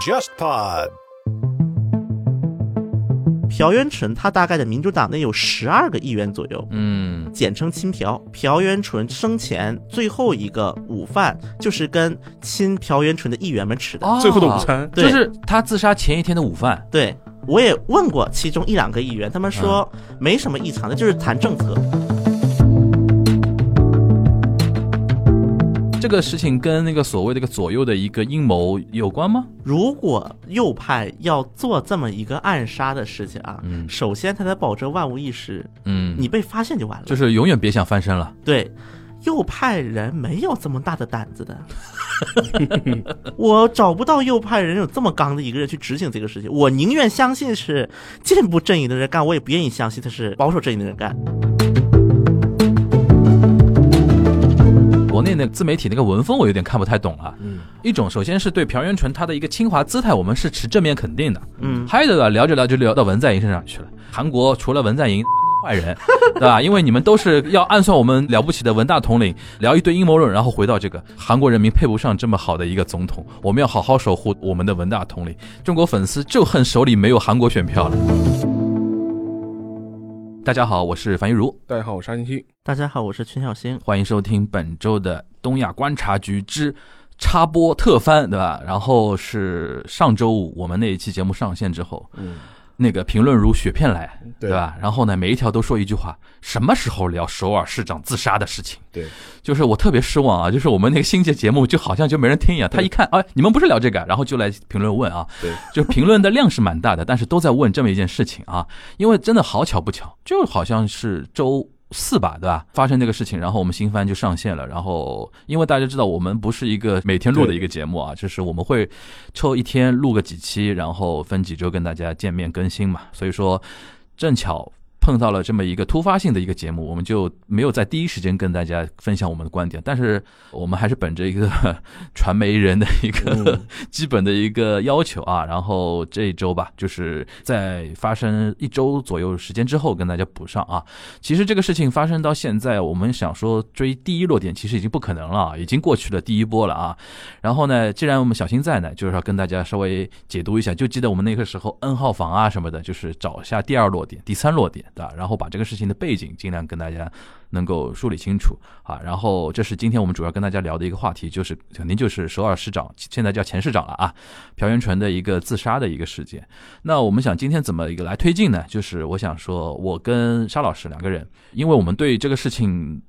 JustPod。朴元淳他大概在民主党内有十二个议员左右，嗯简称亲朴。朴元淳生前最后一个午饭就是跟亲朴元淳的议员们吃的。哦最后的午餐，对就是他自杀前一天的午饭。对，我也问过其中一两个议员，他们说嗯没什么异常的，就是谈政策。这个事情跟那个所谓的一个左右的一个阴谋有关吗？如果右派要做这么一个暗杀的事情啊，嗯首先他得保证万无一失，嗯，你被发现就完了。就是永远别想翻身了。对，右派人没有这么大的胆子的。 我找不到右派人有这么刚的一个人去执行这个事情，我宁愿相信是进步阵营的人干，我也不愿意相信他是保守阵营的人干。国内那自媒体那个文风，我有点看不太懂啊。嗯，一种首先是对朴元淳他的一个清华姿态，我们是持正面肯定的。嗯，还有的聊着聊着聊到文在寅身上去了。韩国除了文在寅都坏人， 对吧？因为你们都是要暗算我们了不起的文大统领，聊一堆阴谋论，然后回到这个韩国人民配不上这么好的一个总统，我们要好好守护我们的文大统领。中国粉丝就恨手里没有韩国选票了。大家好，我是樊玉茹，大家好，我是安信息。大家好，我是全小星。欢迎收听本周的东亚观察局之插播特番，对吧？然后是上周五我们那一期节目上线之后，嗯，那个评论如雪片来，对对吧？然后呢，每一条都说一句话：什么时候聊首尔市长自杀的事情？对，就是我特别失望啊！就是我们那个新节节目就好像就没人听一样。他一看，哎，你们不是聊这个，然后就来评论问啊。对，就评论的量是蛮大的，但是都在问这么一件事情啊。因为真的好巧不巧，就好像是周。四吧，对吧？发生这个事情，然后我们新番就上线了。然后，因为大家知道我们不是一个每天录的一个节目啊，就是我们会抽一天录个几期，然后分几周跟大家见面更新嘛。所以说，正巧碰到了这么一个突发性的一个节目，我们就没有在第一时间跟大家分享我们的观点，但是我们还是本着一个 传媒人的一个、嗯 基本的一个要求啊。然后这一周吧，就是在发生一周左右时间之后跟大家补上啊。其实这个事情发生到现在，我们想说追第一落点，其实已经不可能了啊，已经过去了第一波了啊。然后呢，既然我们小新在呢，就是要跟大家稍微解读一下，就记得我们那个时候 N 号房啊什么的，就是找一下第二落点、第三落点对吧？然后把这个事情的背景尽量跟大家能够梳理清楚啊。然后这是今天我们主要跟大家聊的一个话题，就是肯定就是首尔市长，现在叫前市长了啊，朴元淳的一个自杀的一个事件。那我们想今天怎么一个来推进呢？就是我想说，我跟沙老师两个人，因为我们对这个事情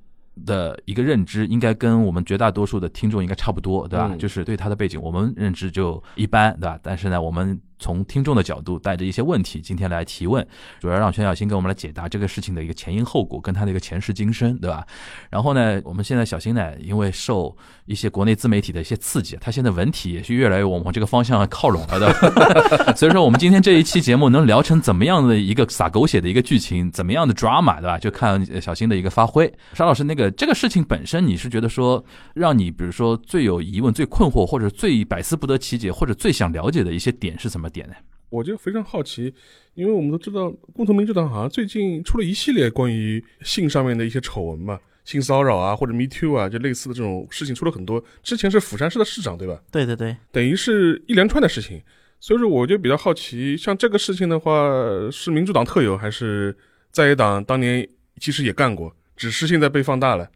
的一个认知，应该跟我们绝大多数的听众应该差不多，对吧？嗯就是对他的背景，我们认知就一般，对吧？但是呢，我们从听众的角度，带着一些问题，今天来提问，主要让全小新给我们来解答这个事情的一个前因后果，跟他的一个前世今生，对吧？然后呢，我们现在小新呢，因为受一些国内自媒体的一些刺激，他现在文体也是越来越往这个方向靠拢了的。 所以说，我们今天这一期节目能聊成怎么样的一个撒狗血的一个剧情，怎么样的 drama，对吧？就看呃小新的一个发挥。沙老师，那个这个事情本身，你是觉得说让你比如说最有疑问、最困惑，或者最百思不得其解，或者最想了解的一些点是什么点呢？我就非常好奇，因为我们都知道，共同民主党好像最近出了一系列关于性上面的一些丑闻嘛，性骚扰啊，或者 Me Too 啊，就类似的这种事情出了很多。之前是釜山市的市长对吧？对对对，等于是一连串的事情。所以说，我就比较好奇，像这个事情的话，是民主党特有，还是在野党当年其实也干过，只是现在被放大了？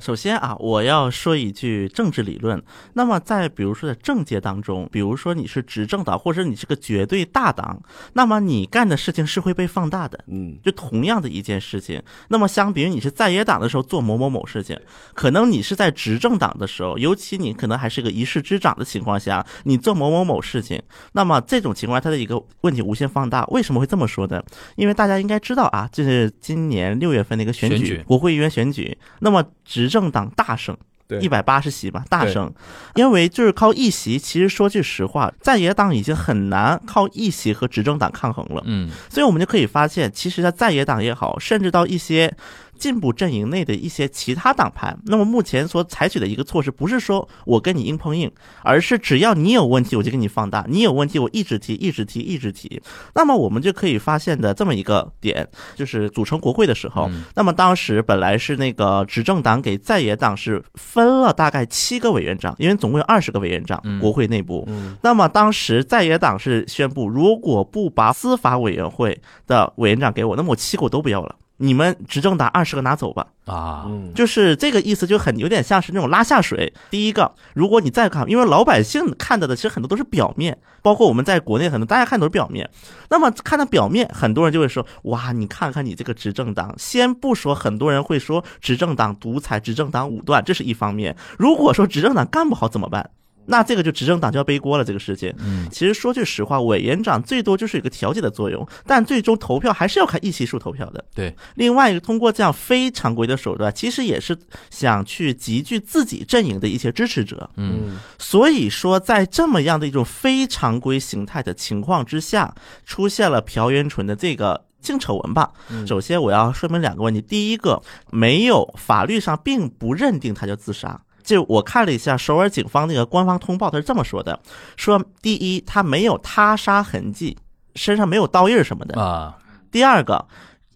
首先啊，我要说一句政治理论。那么在比如说在政界当中，比如说你是执政党，或者你是个绝对大党，那么你干的事情是会被放大的。嗯，就同样的一件事情，那么相比于你是在野党的时候做某某某事情，可能你是在执政党的时候，尤其你可能还是个一市之长的情况下，你做某某某事情，那么这种情况下它的一个问题无限放大。为什么会这么说呢？因为大家应该知道啊，这是今年六月份的一个选举，选举国会议员选举，那么执政党大胜。对一百八十席吧，大胜，因为就是靠一席。其实说句实话，在野党已经很难靠一席和执政党抗衡了。嗯所以我们就可以发现，其实，在在野党也好，甚至到一些进步阵营内的一些其他党派。那么目前所采取的一个措施，不是说我跟你硬碰硬，而是只要你有问题，我就给你放大；你有问题，我一直提，一直提，一直提。那么我们就可以发现的这么一个点，就是组成国会的时候，嗯那么当时本来是那个执政党给在野党是分了大概七个委员长，因为总共有二十个委员长嗯，国会内部。嗯那么当时在野党是宣布，如果不把司法委员会的委员长给我，那么我七个我都不要了。你们执政党二十个拿走吧，啊，嗯，就是这个意思，就很有点像是那种拉下水。第一个，如果你再看，因为老百姓看到的其实很多都是表面，包括我们在国内很多大家看都是表面。那么看到表面，很多人就会说：哇，你看看你这个执政党。先不说，很多人会说执政党独裁、执政党武断，这是一方面。如果说执政党干不好怎么办？那这个就执政党就要背锅了，这个事情。嗯其实说句实话，委员长最多就是一个调解的作用，但最终投票还是要看议席数投票的。对，另外一个通过这样非常规的手段，其实也是想去集聚自己阵营的一些支持者。嗯嗯所以说，在这么样的一种非常规形态的情况之下，出现了朴元淳的这个。性丑闻吧。首先，我要说明两个问题。第一个，没有法律上并不认定他叫自杀。就我看了一下首尔警方那个官方通报，他是这么说的：说第一，他没有他杀痕迹，身上没有刀印儿什么的。啊，第二个，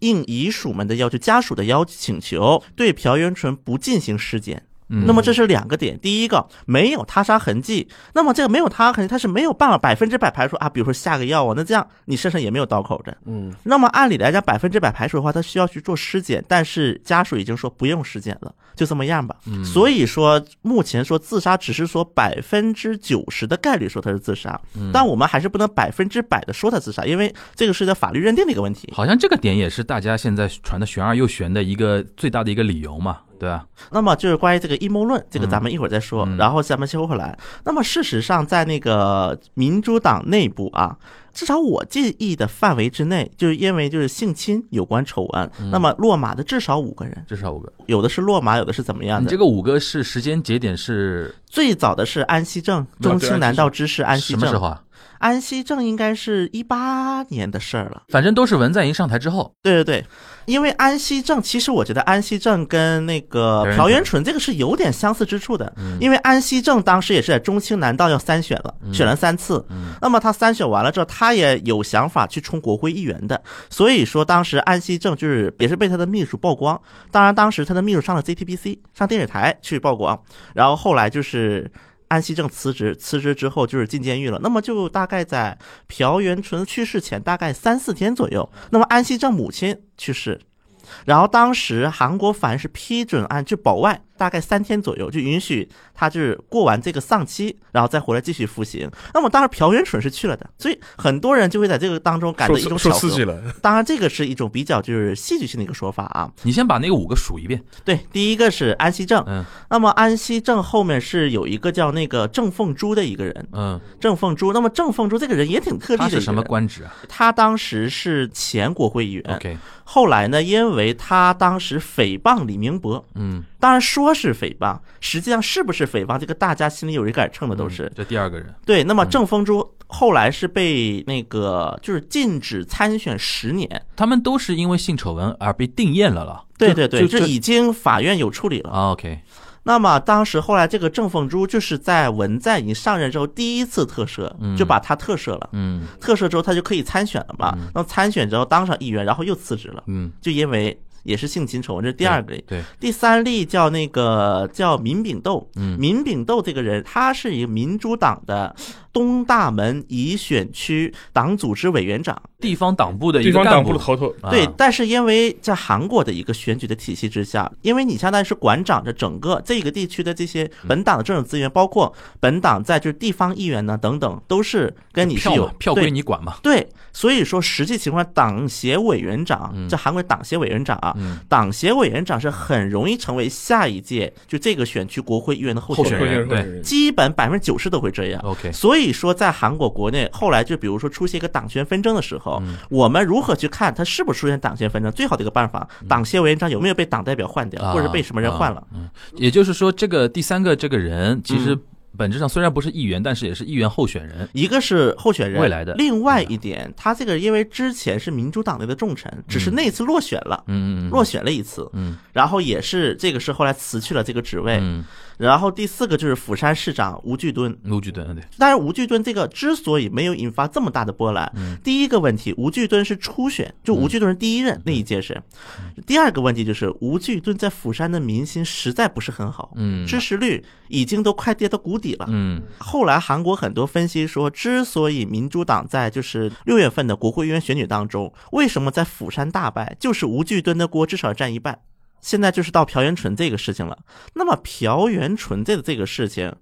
应遗属们的要求、家属的要请求，对朴元淳不进行尸检。嗯那么这是两个点，第一个没有他杀痕迹，那么这个没有他杀痕迹，他是没有办法百分之百排除啊，比如说下个药啊，那这样你身上也没有刀口的。嗯那么按理来讲，百分之百排除的话，他需要去做尸检，但是家属已经说不用尸检了，就这么样吧。所以说，目前说自杀只是说百分之九十的概率说他是自杀，但我们还是不能百分之百的说他自杀，因为这个是在法律认定的一个问题。好像这个点也是大家现在传的玄而又玄的一个最大的一个理由嘛，对吧？那么就是关于这个阴谋论，这个咱们一会儿再说。嗯然后咱们切回来。那么事实上，在那个民主党内部啊，至少我记忆的范围之内，就是因为就是性侵有关丑闻，嗯那么落马的至少五个人，至少五个。有的是落马，有的是怎么样你的嗯这。个五个是时间节点是最早的是安息啊正，对中青南道知事安息什么时候正。啊？安息正应该是一八年的事儿了。反正都是文在寅上台之后，对对对，因为安息正，其实我觉得安息正跟那个朴朴元元淳这个是有点相似之处的，因为安息正当时也是在中青南道要三选了，选了三次，那么他三选完了之后，他也有想法去冲国会议员的，所以说当时安息正就是也是被他的秘书曝光，当然当时他的秘书上了 CTBC 上电视台去曝光，然后后来就是。安息正辞职，辞职之后就是进监狱了。那么就大概在朴元淳去世前大概三四天左右，那么安息正母亲去世，然后当时韩国法院是批准安置保外大概三天左右，就允许他就是过完这个丧期，然后再回来继续服刑。那么当时朴元淳是去了的，所以很多人就会在这个当中感受到一种刺巧受刺激合。了，当然，这个是一种比较就是戏剧性的一个说法啊。你先把那个五个数一遍。对，第一个是安息正，嗯那么安息正后面是有一个叫那个郑凤珠的一个人，嗯，郑凤珠。那么郑凤珠这个人也挺特他例的是一什个么人，官职啊他当时是前国会议员， ？OK，后来呢，因为他当时诽谤李明博，嗯，当然说是诽谤，实际上是不是诽谤，这个大家心里有一杆秤的都是。这第二个人，对，那么郑丰珠后来是被那个就是禁止参选十年，他们都是因为性丑闻而被定谳了了。对就对对，就这就已经法院有处理了。啊 OK，那么当时后来这个郑凤珠就是在文在寅上任之后第一次特赦，就把他特赦了。嗯特赦之后他就可以参选了嘛？那么参选之后当上议员，然后又辞职了，嗯，就因为也是性侵丑闻，这是第二个例。对，第三例叫那个叫闵炳斗，嗯闵炳斗这个人，他是一个民主党的东大门乙选区党组织委员长，地方党部的一地个方干党部部的头头，啊对，但是因为在韩国的一个选举的体系之下，因为你相当于是馆长着整个这个地区的这些嗯本党的政治资源，包括本党在就是地方议员呢等等，都是跟你是票有嘛，票对归你管嘛。对，所以说实际情况，党协委员长嗯，这韩国党协委员长啊，嗯，党协委员长是很容易成为下一届就这个选区国会议员的候候选选人，人会对基本百分之九十都会这样。 OK，所以说，在韩国国内后来就比如说出现一个党权纷争的时候，嗯我们如何去看它是不是出现党权纷争？最好的一个办法，党协委员长有没有被党代表换掉，嗯啊或者被什么人换了？嗯也就是说，这个第三个这个人其实本质上虽然不是议员，但是也是议员候选人。一个是候选人未来的嗯另外一点，他这个因为之前是民主党内的重臣，只是那次落选了，嗯嗯嗯，落选了一次，嗯，然后也是这个是后来辞去了这个职位，嗯，然后第四个就是釜山市长吴巨敦，卢举敦对，当然吴巨敦这个之所以没有引发这么大的波澜，第一个问题，吴巨敦是初选，就吴巨敦是第一任、那一届是，第二个问题就是吴巨敦在釜山的民心实在不是很好，嗯支持率已经都快跌到谷底了，嗯后来韩国很多分析说，之所以民主党在就是六月份的国会议员选举当中，为什么在釜山大败，就是吴巨敦的锅至少占一半。现在就是到朴元淳这个事情了。那么朴元淳这个这个事情，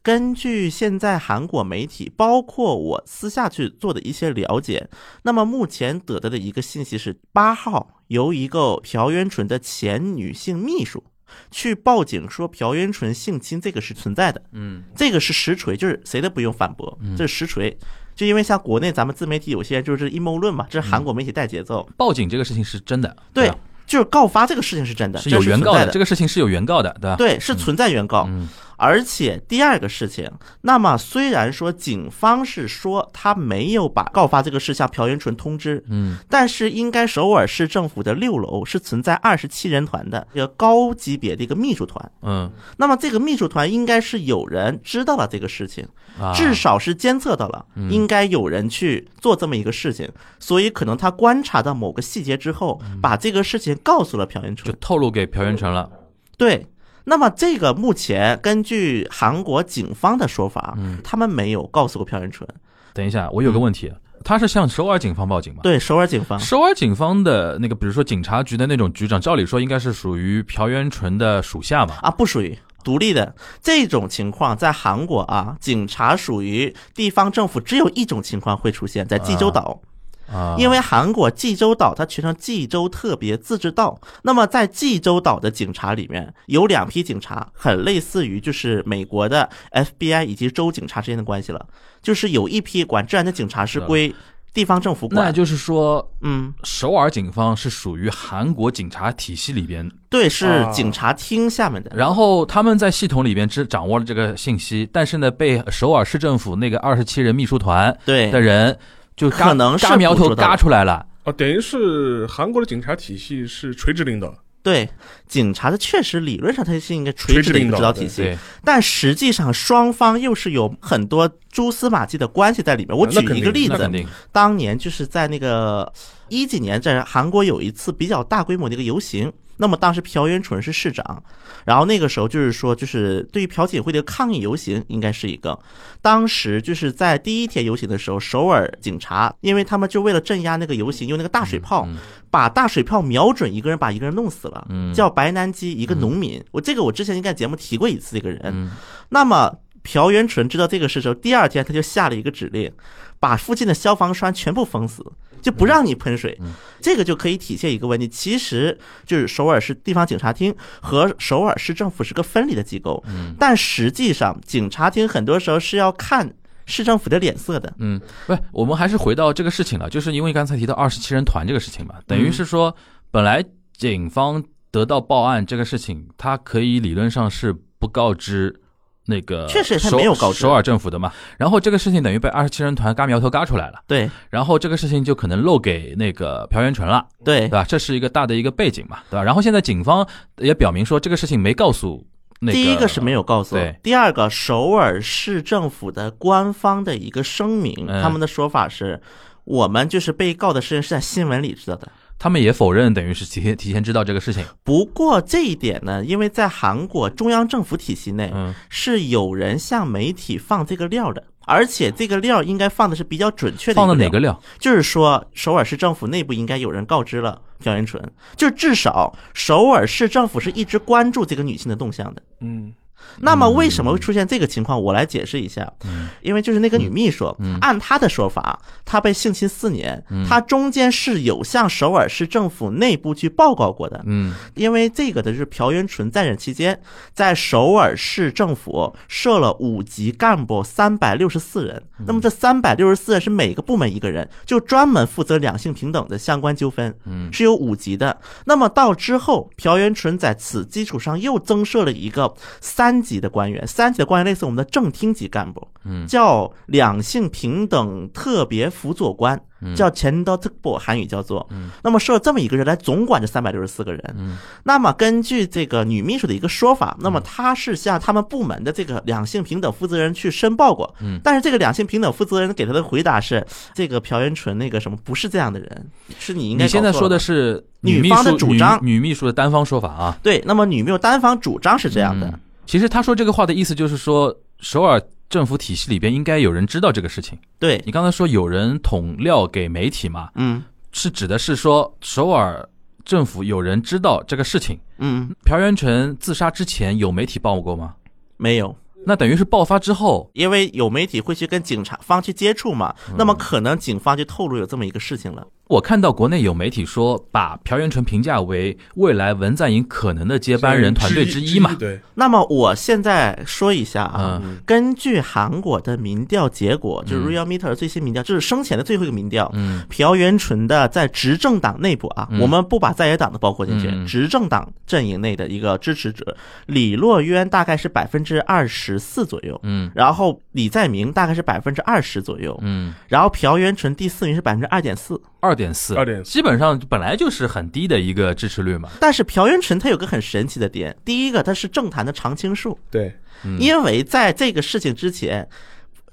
根据现在韩国媒体，包括我私下去做的一些了解，那么目前得到的一个信息是，八号由一个朴元淳的前女性秘书去报警说朴元淳性侵这个是存在的。嗯这个是实锤，就是谁都不用反驳，这是实锤。就因为像国内咱们自媒体有些就是阴谋论嘛，这是韩国媒体带节奏，报警这个事情是真的，对吧，就是告发这个事情是真的，啊是有这原告存在这个啊嗯事情是有原告的，对吧？对，是存在原告。嗯而且第二个事情，那么虽然说警方是说他没有把告发这个事向朴元淳通知，嗯，但是应该首尔市政府的六楼是存在二十七人团的一个高级别的一个秘书团，嗯，那么这个秘书团应该是有人知道了这个事情，啊嗯至少是监测到了，应该有人去做这么一个事情，所以可能他观察到某个细节之后，把这个事情告诉了朴元嗯就淳。透露给朴元淳了。对，那么这个目前根据韩国警方的说法，嗯他们没有告诉过朴元淳。等一下，我有个问题，他是向首尔警方报警吗？对，首啊尔警方首尔警方的那个，比如说警察局的那种局长，照理说应该是属于朴元淳的属下嘛。啊，不属于。独立的这种情况，在韩国啊，警察属于地方政府，只有一种情况会出现在济州岛。啊，因为为韩国济州岛它全称济州特别自治道，那么在济州岛的警察里面有两批警察，很类似于就是美国的 FBI 以及州警察之间的关系了，就是有一批管治安的警察是归地方政府那管，就是说，嗯，首尔警方是属于韩国警察体系里边，对，是啊警察厅下面的，然后他们在系统里边只掌握了这个信息，但是呢，被首尔市政府那个二十七人秘书团对的，人就嘎哎可能是嘎苗头捕捉到嘎出来了。啊，等于是韩国的警察体系是垂直领导，对，警察的确实理论上它是应该垂直的一个指导体系，对，但实际上双方又是有很多蛛丝马迹的关系在里面。我啊举那肯一个定例那子肯，定。当年就是在那个一几年，在韩国有一次比较大规模的一个游行。那么当时朴元淳是市长，然后那个时候就是说，就是对于朴槿惠的抗议游行，应该是一个。当时就是在第一天游行的时候，首尔警察，因为他们就为了镇压那个游行，用那个大水炮，把大水炮瞄准一个人，把一个人弄死了，叫白南基，一个农民。我这个我之前应该节目提过一次这个人。那么朴元淳知道这个事之后，第二天他就下了一个指令，把附近的消防栓全部封死，就嗯不让你喷水。这个就可以体现一个问题，其实就是首尔市地方警察厅和首尔市政府是个分离的机构，嗯但实际上警察厅很多时候是要看市政府的脸色的。嗯，不是，我们还是回到这个事情了，就是因为刚才提到二十七人团这个事情嘛，等于是说，本来警方得到报案这个事情，他可以理论上是不告知那个确实他首没有告知首尔政府的嘛，然后这个事情等于被二十七人团嘎苗头嘎出来了，对然后这个事情就可能漏给那个朴元淳了，对对吧？这是一个大的一个背景嘛，对吧？然后现在警方也表明说这个事情没告诉那个，第一个是没有告诉我对，第二个首尔市政府的官方的一个声明，嗯他们的说法是，我们就是被告的事情是在新闻里知道的。他们也否认，等于是提前提前知道这个事情，不过这一点呢，因为在韩国中央政府体系内，嗯是有人向媒体放这个料的，而且这个料应该放的是比较准确的。放了哪个？料？就是说，首尔市政府内部应该有人告知了朴元淳，就是至少首尔市政府是一直关注这个女性的动向的。嗯，那么为什么会出现这个情况？我来解释一下，嗯因为就是那个女秘书，按她的说法，她被性侵四年，嗯她中间是有向首尔市政府内部去报告过的，嗯因为这个的是朴元淳在任期间，在首尔市政府设了五级干部三百六十四人，那么这三百六十四人是每个部门一个人，就专门负责两性平等的相关纠纷，嗯，是有五级的。那么到之后，朴元淳在此基础上又增设了一个三。三级的官员，三级的官员类似我们的正厅级干部，嗯叫两性平等特别辅佐官，嗯叫前刀特部，韩语叫做。那么设了这么一个人来总管这三百六十四个人。嗯那么根据这个女秘书的一个说法，那么她是向他们部门的这个两性平等负责人去申报过，嗯但是这个两性平等负责人给他的回答是，这个朴元淳那个什么不是这样的人，是你应该你现在搞错说了的是女秘方的书主女张女秘书的单方说法啊，对。那么女秘书单方主张是这样的，嗯其实他说这个话的意思就是说，首尔政府体系里边应该有人知道这个事情。对，你刚才说有人捅料给媒体嘛，嗯是指的是说首尔政府有人知道这个事情。嗯，朴元淳自杀之前有媒体报过吗？没有。那等于是爆发之后，因为有媒体会去跟警察方去接触嘛，嗯那么可能警方就透露有这么一个事情了。我看到国内有媒体说把朴元淳评价为未来文在寅可能的接班人团队之一嘛。对，那么我现在说一下啊，嗯根据韩国的民调结果，就是 Real Meter 最新民调，就是生前的最后一个民调，嗯朴元淳的在执政党内部啊，嗯我们不把在野党的包括进去，嗯执政党阵营内的一个支持者，李洛渊大概是百分之二十四左右，嗯然后李在明大概是百分之二十左右，嗯，然后朴元淳第四名是百分之二点四。二点四， 2.4基本上本来就是很低的一个支持率嘛。但是朴元淳他有个很神奇的点，第一个他是政坛的常青树，对，嗯因为在这个事情之前，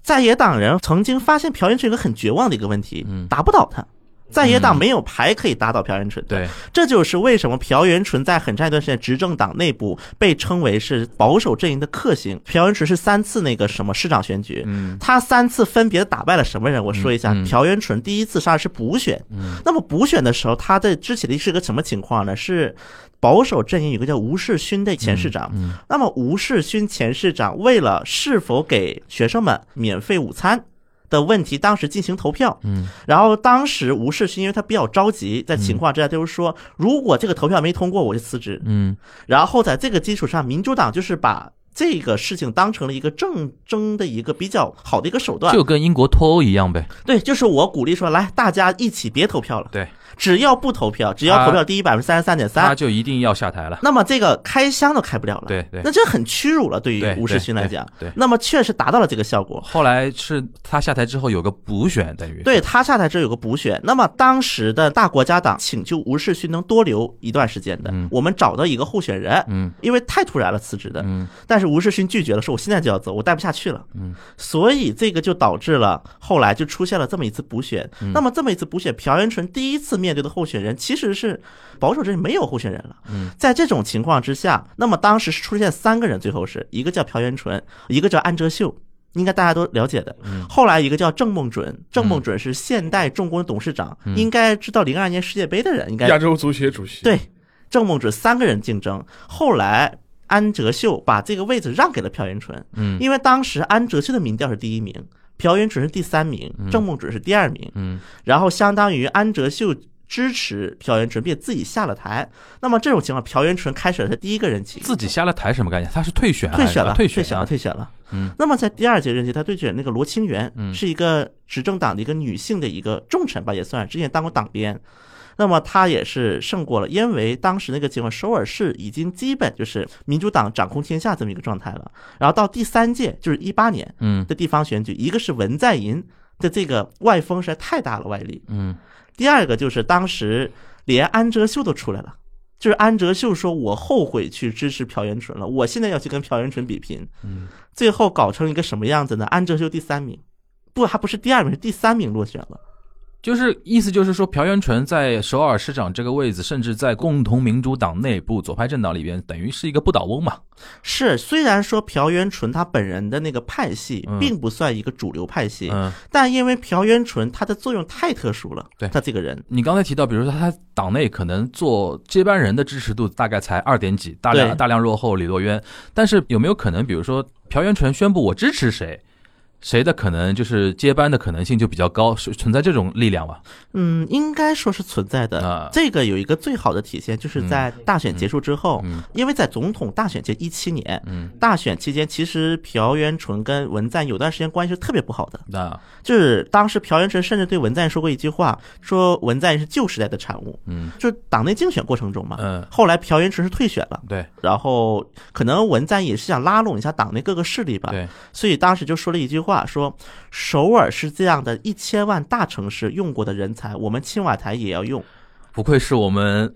在野党人曾经发现朴元淳有个很绝望的一个问题嗯，打不倒他。在野党没有牌可以打倒朴元淳的，对，这就是为什么朴元淳在很长一段时间执政党内部被称为是保守阵营的克星。朴元淳是三次那个什么市长选举，嗯他三次分别打败了什么人？我说一下，嗯嗯朴元淳第一次上是补选，嗯那么补选的时候，他的之前的是个什么情况呢？是保守阵营有个叫吴世勋的前市长。嗯那么吴世勋前市长为了是否给学生们免费午餐的问题，当时进行投票。嗯然后当时吴世勋因为他比较着急，在情况之下就是说，如果这个投票没通过，我就辞职。嗯然后在这个基础上，民主党就是把。这个事情当成了一个政争的一个比较好的一个手段，就跟英国脱欧一样呗。对，就是我鼓励说，来大家一起别投票了，对，只要不投票，只要投票低于百分之三十三点他三，就一定要下台了。那么这个开箱都开不了了。啊对对那这很屈辱了，对于对吴世勋来讲。对对对那么确实达到了这个效果。后来是他下台之后有个补选，等于对他下台之后有个补选，那么当时的大国家党请求吴世勋能多留一段时间的，嗯我们找到一个候选人，嗯因为太突然了辞职的，嗯但是吴世勋拒绝了，说我现在就要走，我待不下去了。嗯，所以这个就导致了后来就出现了这么一次补选。嗯那么这么一次补选，朴元淳第一次面对的候选人其实是保守阵营没有候选人了。嗯，在这种情况之下，那么当时是出现三个人，最后是一个叫朴元淳，一个叫安哲秀。应该大家都了解的。后来一个叫郑梦准，郑梦准是现代重工董事长，应该知道零二年世界杯的人，应该亚洲足协主席，对，郑梦准三个人竞争，后来安哲秀把这个位置让给了朴元淳，嗯因为当时安哲秀的民调是第一名，朴元淳是第三名，郑梦准是第二名，嗯然后相当于安哲秀。支持朴元淳，并自己下了台。那么这种情况，朴元淳开始了他第一个任期，自己下了台什么概念？他是退选还退是，选了，啊退选选了，退选了。嗯，那么在第二届任期，他对选那个罗清源，嗯是一个执政党的一个女性的一个重臣吧，也算之前当过党鞭。那么他也是胜过了，因为当时那个情况，首尔市已经基本就是民主党掌控天下这么一个状态了。然后到第三届，就是一八年嗯的地方选举，一个是文在寅的这个外风实在太大了，外力，嗯第二个就是当时连安哲秀都出来了，就是安哲秀说：“我后悔去支持朴元淳了，我现在要去跟朴元淳比拼。”嗯，最后搞成一个什么样子呢？安哲秀第三名，不，还不是第二名，是第三名落选了。就是意思就是说，朴元淳在首尔市长这个位置，甚至在共同民主党内部左派政党里边，等于是一个不倒翁嘛。是，虽然说朴元淳他本人的那个派系嗯并不算一个主流派系，嗯，但因为朴元淳他的作用太特殊了，对他这个人，你刚才提到，比如说他党内可能做接班人的支持度大概才二点几，大量对大量落后李洛渊。但是有没有可能，比如说朴元淳宣布我支持谁，谁的可能就是接班的可能性就比较高，是存在这种力量吧？嗯，应该说是存在的。啊这个有一个最好的体现，就是在大选结束之后，嗯因为在总统大选这一七年，嗯，大选期间，其实朴元淳跟文在寅有段时间关系是特别不好的。那就是当时朴元淳甚至对文在寅说过一句话，说文在寅是旧时代的产物。嗯，就是党内竞选过程中嘛。嗯，后来朴元淳是退选了，对然后可能文在寅也是想拉拢一下党内各个势力吧。对，所以当时就说了一句话，说首尔是这样的一千万大城市用过的人才，我们青瓦台也要用。不愧是我们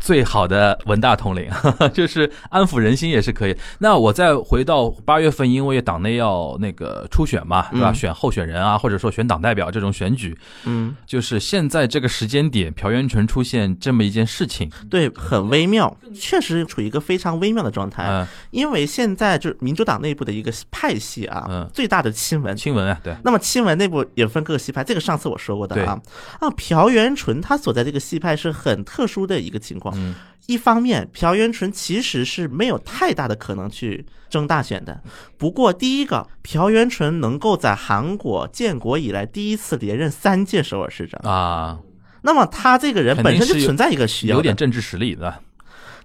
最好的文大统领， 就是安抚人心也是可以。那我再回到八月份，因为党内要那个初选嘛，对吧？嗯选候选人啊，或者说选党代表这种选举，嗯，就是现在这个时间点，朴元淳出现这么一件事情，对，很微妙，确实处于一个非常微妙的状态。嗯因为现在就是民主党内部的一个派系啊嗯，最大的亲文。亲文啊，对，那么亲文内部也分各个系派，这个上次我说过的啊啊，朴元淳他所在这个系派是很特殊的一个情况。嗯一方面，朴元淳其实是没有太大的可能去争大选的。不过，第一个，朴元淳能够在韩国建国以来第一次连任三届首尔市长，啊，那么他这个人本身就存在一个需要有的点政治实力的，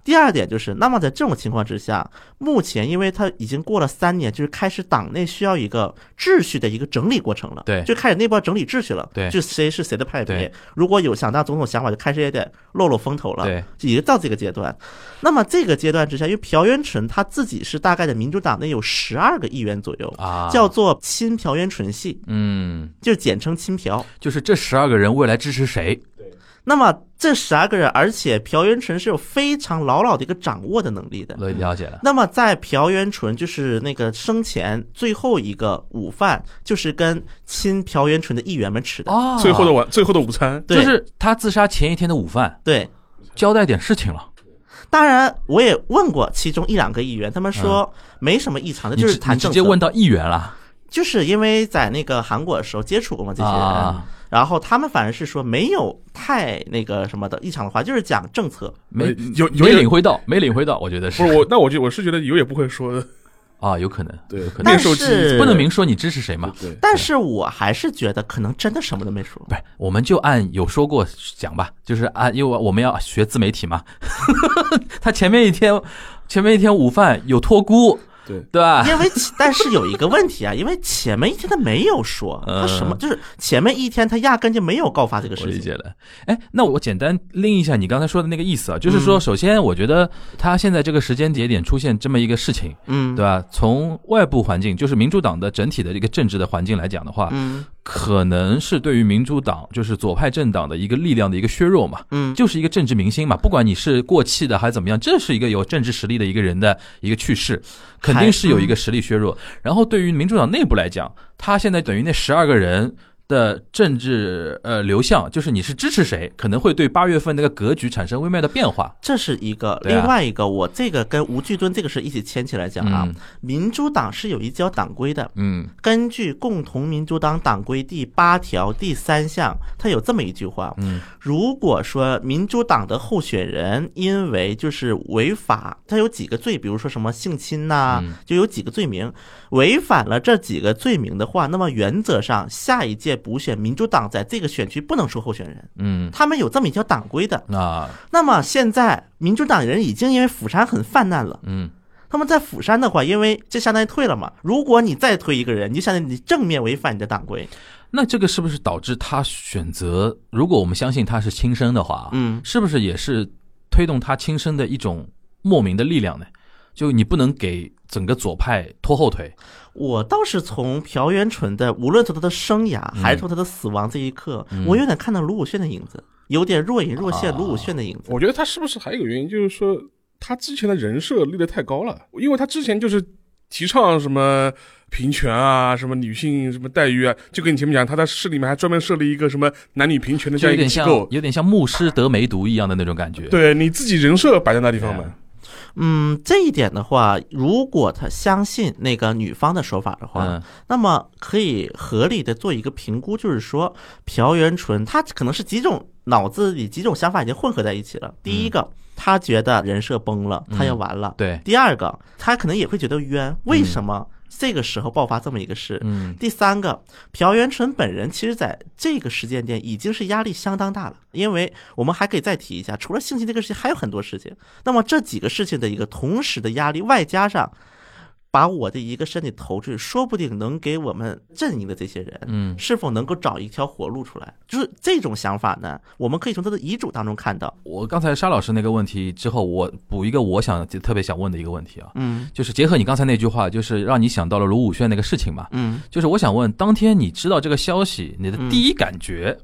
第二点就是，那么在这种情况之下，目前因为他已经过了三年，就是开始党内需要一个秩序的一个整理过程了，对就开始内部要整理秩序了，对就谁是谁的派别对，如果有想当总统想法，就开始也得露露风头了，对，已经到这个阶段。那么这个阶段之下，因为朴元淳他自己是大概在民主党内有十二个议员左右，啊，叫做亲朴元淳系，嗯，就简称亲朴。就是这十二个人未来支持谁？那么这十二个人，而且朴元淳是有非常牢牢的一个掌握的能力的，了了解了，那么在朴元淳就是那个生前最后一个午饭，就是跟亲朴元淳的议员们吃的。哦最后的晚，最后的午餐，对就是他自杀前一天的午饭，对，交代点事情了。当然我也问过其中一两个议员，他们说没什么异常的，嗯你就是直谈你直政接策。问到议员了就是因为在那个韩国的时候接触过嘛这些人，啊，然后他们反而是说没有太那个什么的异常的话，就是讲政策。没呃有有没点领会到，没领会到，我觉得不是是我，那我就我是觉得有也不 会说的，啊，有可能，对有可能但面授机是不能明说你支持谁嘛。对，但是我还是觉得可能真的什么都没说。不是，我们就按有说过讲吧，就是按，因为我们要学自媒体嘛。 他前面一天，前面一天午饭有托孤，对对吧？因为其但是有一个问题啊，因为前面一天他没有说，嗯他什么就是前面一天他压根就没有告发这个我事理情。解了。哎，那我简单拎一下你刚才说的那个意思啊，嗯就是说，首先我觉得他现在这个时间节点出现这么一个事情，嗯，对吧？从外部环境，就是民主党的整体的一个政治的环境来讲的话，嗯可能是对于民主党就是左派政党的一个力量的一个削弱嘛。嗯，就是一个政治明星嘛，不管你是过气的还是怎么样，这是一个有政治实力的一个人的一个去世，肯定是有一个实力削弱。然后对于民主党内部来讲，他现在等于那十二个人。的政治呃流向就是你是支持谁，可能会对八月份那个格局产生微妙的变化。这是一个，对啊另外一个我这个跟吴巨敦这个是一起牵起来讲啊嗯。民主党是有一条党规的，嗯根据《共同民主党党规》第八条第三项，它有这么一句话：嗯，如果说民主党的候选人因为就是违法，他有几个罪，比如说什么性侵呐、就有几个罪名，违反了这几个罪名的话，那么原则上下一届补选，民主党在这个选区不能出候选人，嗯，他们有这么一条党规的。啊那么现在民主党人已经因为釜山很泛滥了。嗯他们在釜山的话，因为这相当于退了嘛。如果你再推一个人，你就相当于你正面违反你的党规。那这个是不是导致他选择？如果我们相信他是亲生的话，啊嗯，是不是也是推动他亲生的一种莫名的力量呢？就你不能给整个左派拖后腿。我倒是从朴元淳的，无论从他的生涯嗯还是从他的死亡这一刻，我有点看到卢武铉的影子，有点若隐若现啊卢武铉的影子。我觉得他是不是还有一个原因，就是说他之前的人设立得太高了，因为他之前就是提倡什么平权啊，什么女性什么待遇啊，就跟你前面讲，他在市里面还专门设立一个什么男女平权的这就有样一个点机像构，有点像牧师得梅毒一样的那种感觉。，嗯对你自己人设摆在那地啊方嘛，嗯，这一点的话，如果他相信那个女方的说法的话，嗯那么可以合理的做一个评估，就是说朴元淳他可能是几种脑子里几种想法已经混合在一起了。第一个，他觉得人设崩了，他要完了。对，第二个，他可能也会觉得冤，为什么这个时候爆发这么一个事。嗯第三个，朴元淳本人其实在这个时间点已经是压力相当大了，因为我们还可以再提一下，除了性侵这个事情，还有很多事情。那么这几个事情的一个同时的压力，外加上把我的一个身体投出去，说不定能给我们阵营的这些人，嗯是否能够找一条活路出来？就是这种想法呢，我们可以从他的遗嘱当中看到。我刚才沙老师那个问题之后，我补一个我想特别想问的一个问题啊，嗯就是结合你刚才那句话，就是让你想到了卢武铉那个事情嘛。嗯就是我想问，当天你知道这个消息，你的嗯第一感觉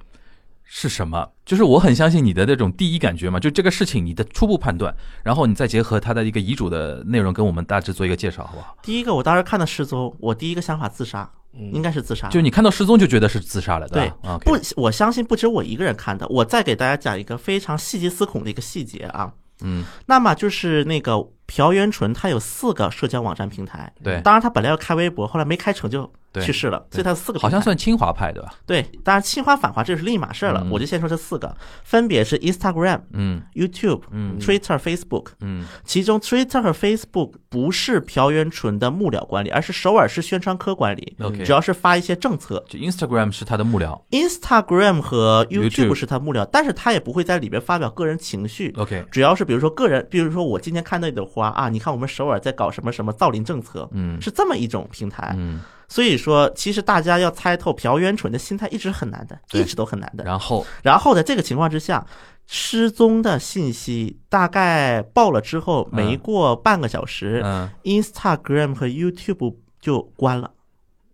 是什么？就是我很相信你的那种第一感觉嘛，就这个事情你的初步判断，然后你再结合他的一个遗嘱的内容跟我们大致做一个介绍，好不好？第一个，我当时看到失踪，我第一个想法自杀，应该是自杀。就你看到失踪就觉得是自杀了，对吧？啊，不，我相信不只有我一个人看到。我再给大家讲一个非常细节思恐的一个细节啊。嗯，那么就是那个朴元淳，他有四个社交网站平台。对当然他本来要开微博，后来没开成就对去世了，对所以他有四个平台。好像算清华派对吧？对，当然清华反华这是另一码事儿了。嗯我就先说这四个，分别是 Instagram、嗯 YouTube、嗯 Twitter、Facebook。嗯其中 Twitter 和 Facebook 不是朴元淳的幕僚管理，而是首尔市宣传科管理， ，OK，主要是发一些政策。就 Instagram 是他的幕僚 Instagram 和 YouTube YouTube 是他幕僚，但是他也不会在里边发表个人情绪。 ，OK，主要是比如说个人，比如说我今天看到一朵花啊，你看我们首尔在搞什么什么造林政策，嗯是这么一种平台。嗯，所以说，其实大家要猜透朴元淳的心态一直很难的，对一直都很难的。然后然后在这个情况之下，失踪的信息大概报了之后，嗯没过半个小时、嗯 i n s t a g r a m 和 YouTube 就关了，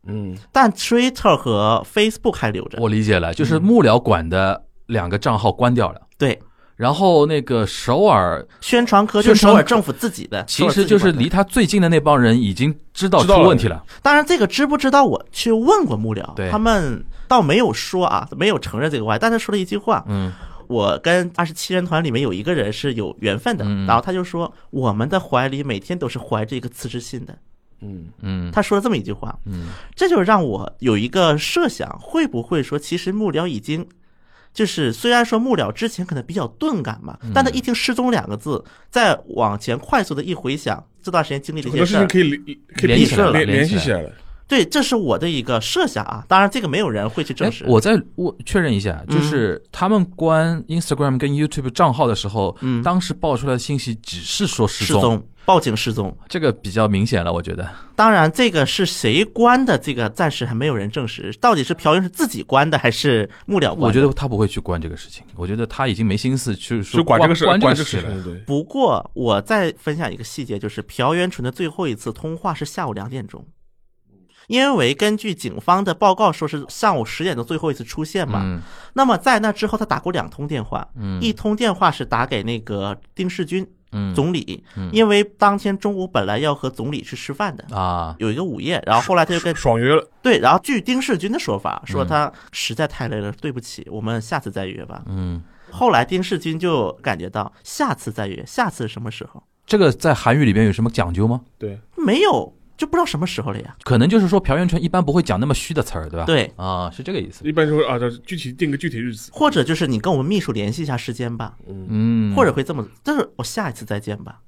嗯，但 Twitter 和 Facebook 还留着。我理解了，就是嗯幕僚管的两个账号关掉了。对，然后那个首尔宣传科就是宣传首尔科政府自己的，其实就是离你。他最近的那帮人已经知道知出道了问题了，当然，这个知不知道我去问过幕僚对，他们倒没有说啊，没有承认这个歪，但他说了一句话，嗯，我跟二十七人团里面有一个人是有缘分的，嗯然后他就说我们的怀里每天都是怀着一个辞职信的，嗯嗯他说了这么一句话，嗯，这就让我有一个设想，会不会说其实幕僚已经。就是虽然说幕僚之前可能比较钝感嘛，嗯但他一听“失踪”两个字，再往前快速的一回想，这段时间经历的很一些多事事情儿，可以联可以联系了联联联系系起起来来了。对，这是我的一个设想啊。当然，这个没有人会去哎证实。我再我确认一下，就是他们关 Instagram 跟 YouTube 账号的时候，嗯当时爆出来的信息只是说失失踪，报警失踪。这个比较明显了，我觉得。当然，这个是谁关的，这个暂时还没有人证实，到底是朴元是自己关的还是幕僚关的？我觉得他不会去关这个事情，我觉得他已经没心思去说就管这个事，关管这这个个事事了。，对，不过，我再分享一个细节，就是朴元淳的最后一次通话是下午两点钟，因为根据警方的报告说是上午十点钟最后一次出现嘛。嗯那么在那之后，他打过两通电话，嗯一通电话是打给那个丁世军嗯总理，嗯因为当天中午本来要和总理去吃饭的。啊，有一个午宴，然后后来他就跟爽约了，对，然后据丁世军的说法，嗯说他实在太累了，对不起，我们下次再约吧。嗯，后来丁世军就感觉到下次再约，下次是什么时候？这个在韩语里边有什么讲究吗？对，没有，就不知道什么时候了呀。可能就是说朴元淳一般不会讲那么虚的词儿，对吧？对啊，是这个意思。一般就会啊，这具体定个具体日子，或者就是你跟我们秘书联系一下时间吧，嗯，或者会这么，但是我下一次再见吧。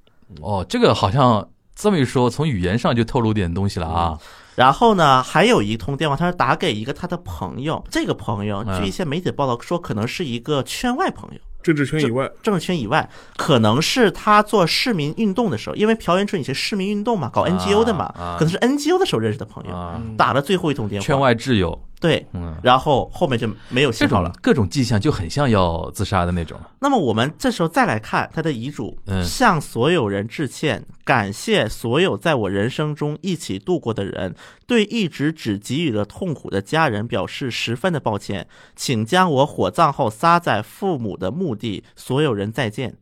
哦，这个好像这么一说，从语言上就透露点东西了啊。然后呢，还有一通电话，他是打给一个他的朋友，这个朋友嗯据一些媒体报道说，可能是一个圈外朋友。政治圈以外，政治圈以外，可能是他做市民运动的时候，因为朴元淳以前市民运动嘛，搞 NGO 的嘛，啊啊可能是 NGO 的时候认识的朋友，啊，打了最后一通电话，圈外挚友，对，嗯，然后后面就没有这信号种了。各种迹象就很像要自杀的那种。那么我们这时候再来看他的遗嘱，嗯向所有人致歉，感谢所有在我人生中一起度过的人，对一直只给予了痛苦的家人表示十分的抱歉，请将我火葬后撒在父母的墓地，所有人再见。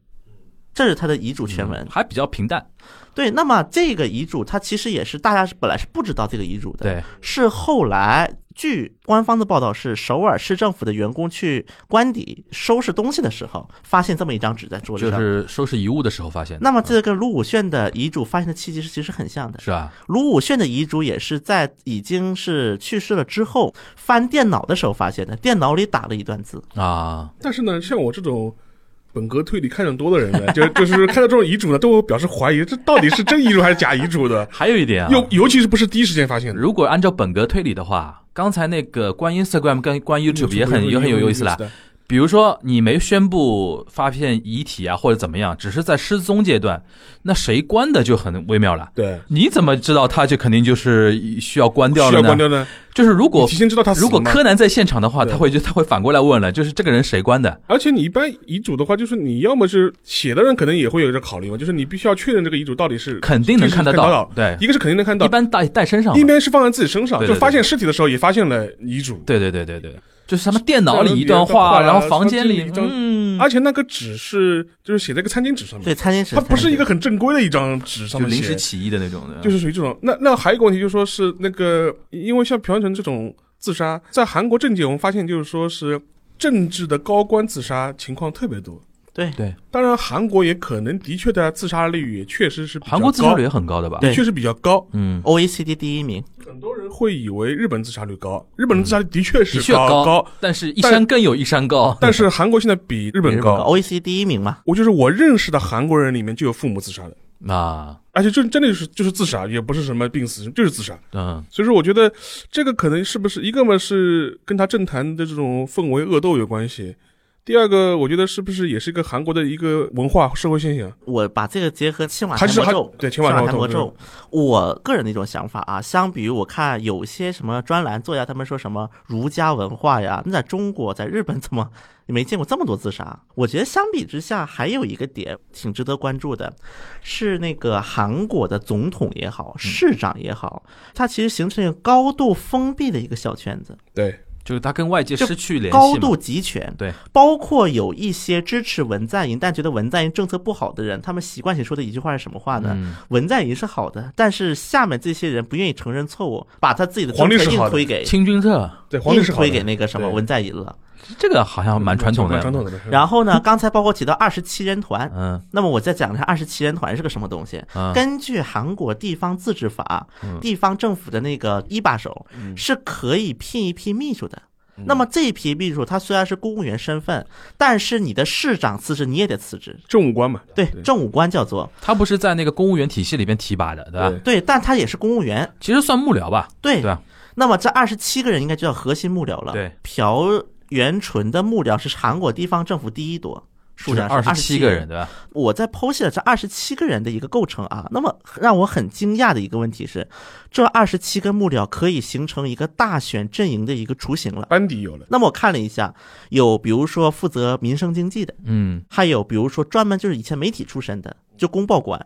这是他的遗嘱全文，还比较平淡，对，那么这个遗嘱它其实也是大家是本来是不知道这个遗嘱的，，对，是后来据官方的报道是首尔市政府的员工去官邸收拾东西的时候，发现这么一张纸在桌子就上。是收拾遗物的时候发现的。那么这跟卢武铉的遗嘱发现的契机是其实很像的。是吧？卢武铉的遗嘱也是在已经是去世了之后翻电脑的时候发现的，电脑里打了一段字。啊，？但是呢，像我这种本格推理看得多的人呢，就就是看到这种遗嘱呢，都会表示怀疑，这到底是真遗嘱还是假遗嘱的还有一点啊，尤尤其是不是第一时间发现的，如果按照本格推理的话，刚才那个关 Instagram 跟关 YouTube 也很也很有意思啦。的。比如说，你没宣布发现遗体啊，或者怎么样，只是在失踪阶段，那谁关的就很微妙了。对，你怎么知道他就肯定就是需要关掉了需要呢？关掉呢？就是如你果提前知道他死如了果吗柯南在现场的话，对他会就他会反过来问了，就是这个人谁关的？而且你一般遗嘱的话，就是你要么是写的人可能也会有这考虑嘛，就是你必须要确认这个遗嘱到底是肯定能看得这个是看到得，对，一个是肯定能看一到，般带带身上嘛一，边是放在自己身上，对就对发现尸体的时候也发现了遗嘱，对对对对对，就是他们电脑里一段电脑话，里一段话然后房间手机里里一，张嗯，而且那个纸是就是写在一个餐巾纸上对，面，餐巾纸嗯它不是一个餐巾纸很正规的一张纸就上面临写时，起意的那种的，就是属于这种。那那还有一个问题，就是说是那个，因为像朴元淳这种自杀，在韩国政界我们发现就是说是政治的高官自杀情况特别多。对对，当然韩国也可能的确的自杀率也确实是比较韩国自杀高率也很高的吧？对确实比较高，嗯， OECD E 第一名，很多人会以为日本自杀率高，日本的自杀率的确是嗯的确高， 但是一山更有一山高，但是韩国现在比日本比日本高。高，OECD E 第一名嘛，我就是我认识的韩国人里面就有父母自杀的，啊，而且就真的就是就是自杀，也不是什么病死，就是自杀。嗯，所以说，我觉得这个可能是不是一个嘛是跟他政坛的这种氛围恶斗有关系，第二个我觉得是不是也是一个韩国的一个文化社会现象？我把这个结合青瓦台还是魔还咒。对，千青瓦万台魔不要咒，我个人的一种想法啊，相比于我看有些什么专栏作家，他们说什么儒家文化呀，那在中国、在日本 怎么没见过这么多自杀？我觉得相比之下，还有一个点挺值得关注的，是那个韩国的总统也好，市长也好，他其实形成一个高度封闭的一个小圈子，对，就是他跟外界就失去联高系嘛度，集权，对，包括有一些支持文在寅但觉得文在寅政策不好的人，他们习惯性说的一句话是什么话呢？嗯文在寅是好的，但是下面这些人不愿意承认错误，把他自己的皇政帝策是好硬的推给清君侧对，皇帝硬是好的推给那个什么对文在寅了。这个好像蛮传统的，蛮嗯传统的。然后呢，刚才包括提到二十七人团，嗯那么我再讲一下二十七人团是个什么东西。嗯，根据韩国地方自治法，地方政府的那个一把手嗯是可以聘一批秘书的。那么这一批秘书，他虽然是公务员身份，但是你的市长辞职，你也得辞职。政务官嘛，对，政务官叫做他不是在那个公务员体系里边提拔的，对吧？对对，但他也是公务员。其实算幕僚吧，对对吧？那么这二十七个人应该就叫核心幕僚了。对，朴元淳的幕僚是韩国地方政府第一多，数量二是十七七个人，。对吧？我在剖析了这二十七个人的一个构成啊，那么让我很惊讶的一个问题是，这二十七个幕僚可以形成一个大选阵营的一个雏形了。班底有了，那么我看了一下，有比如说负责民生经济的，嗯，还有比如说专门就是以前媒体出身的，就公报官，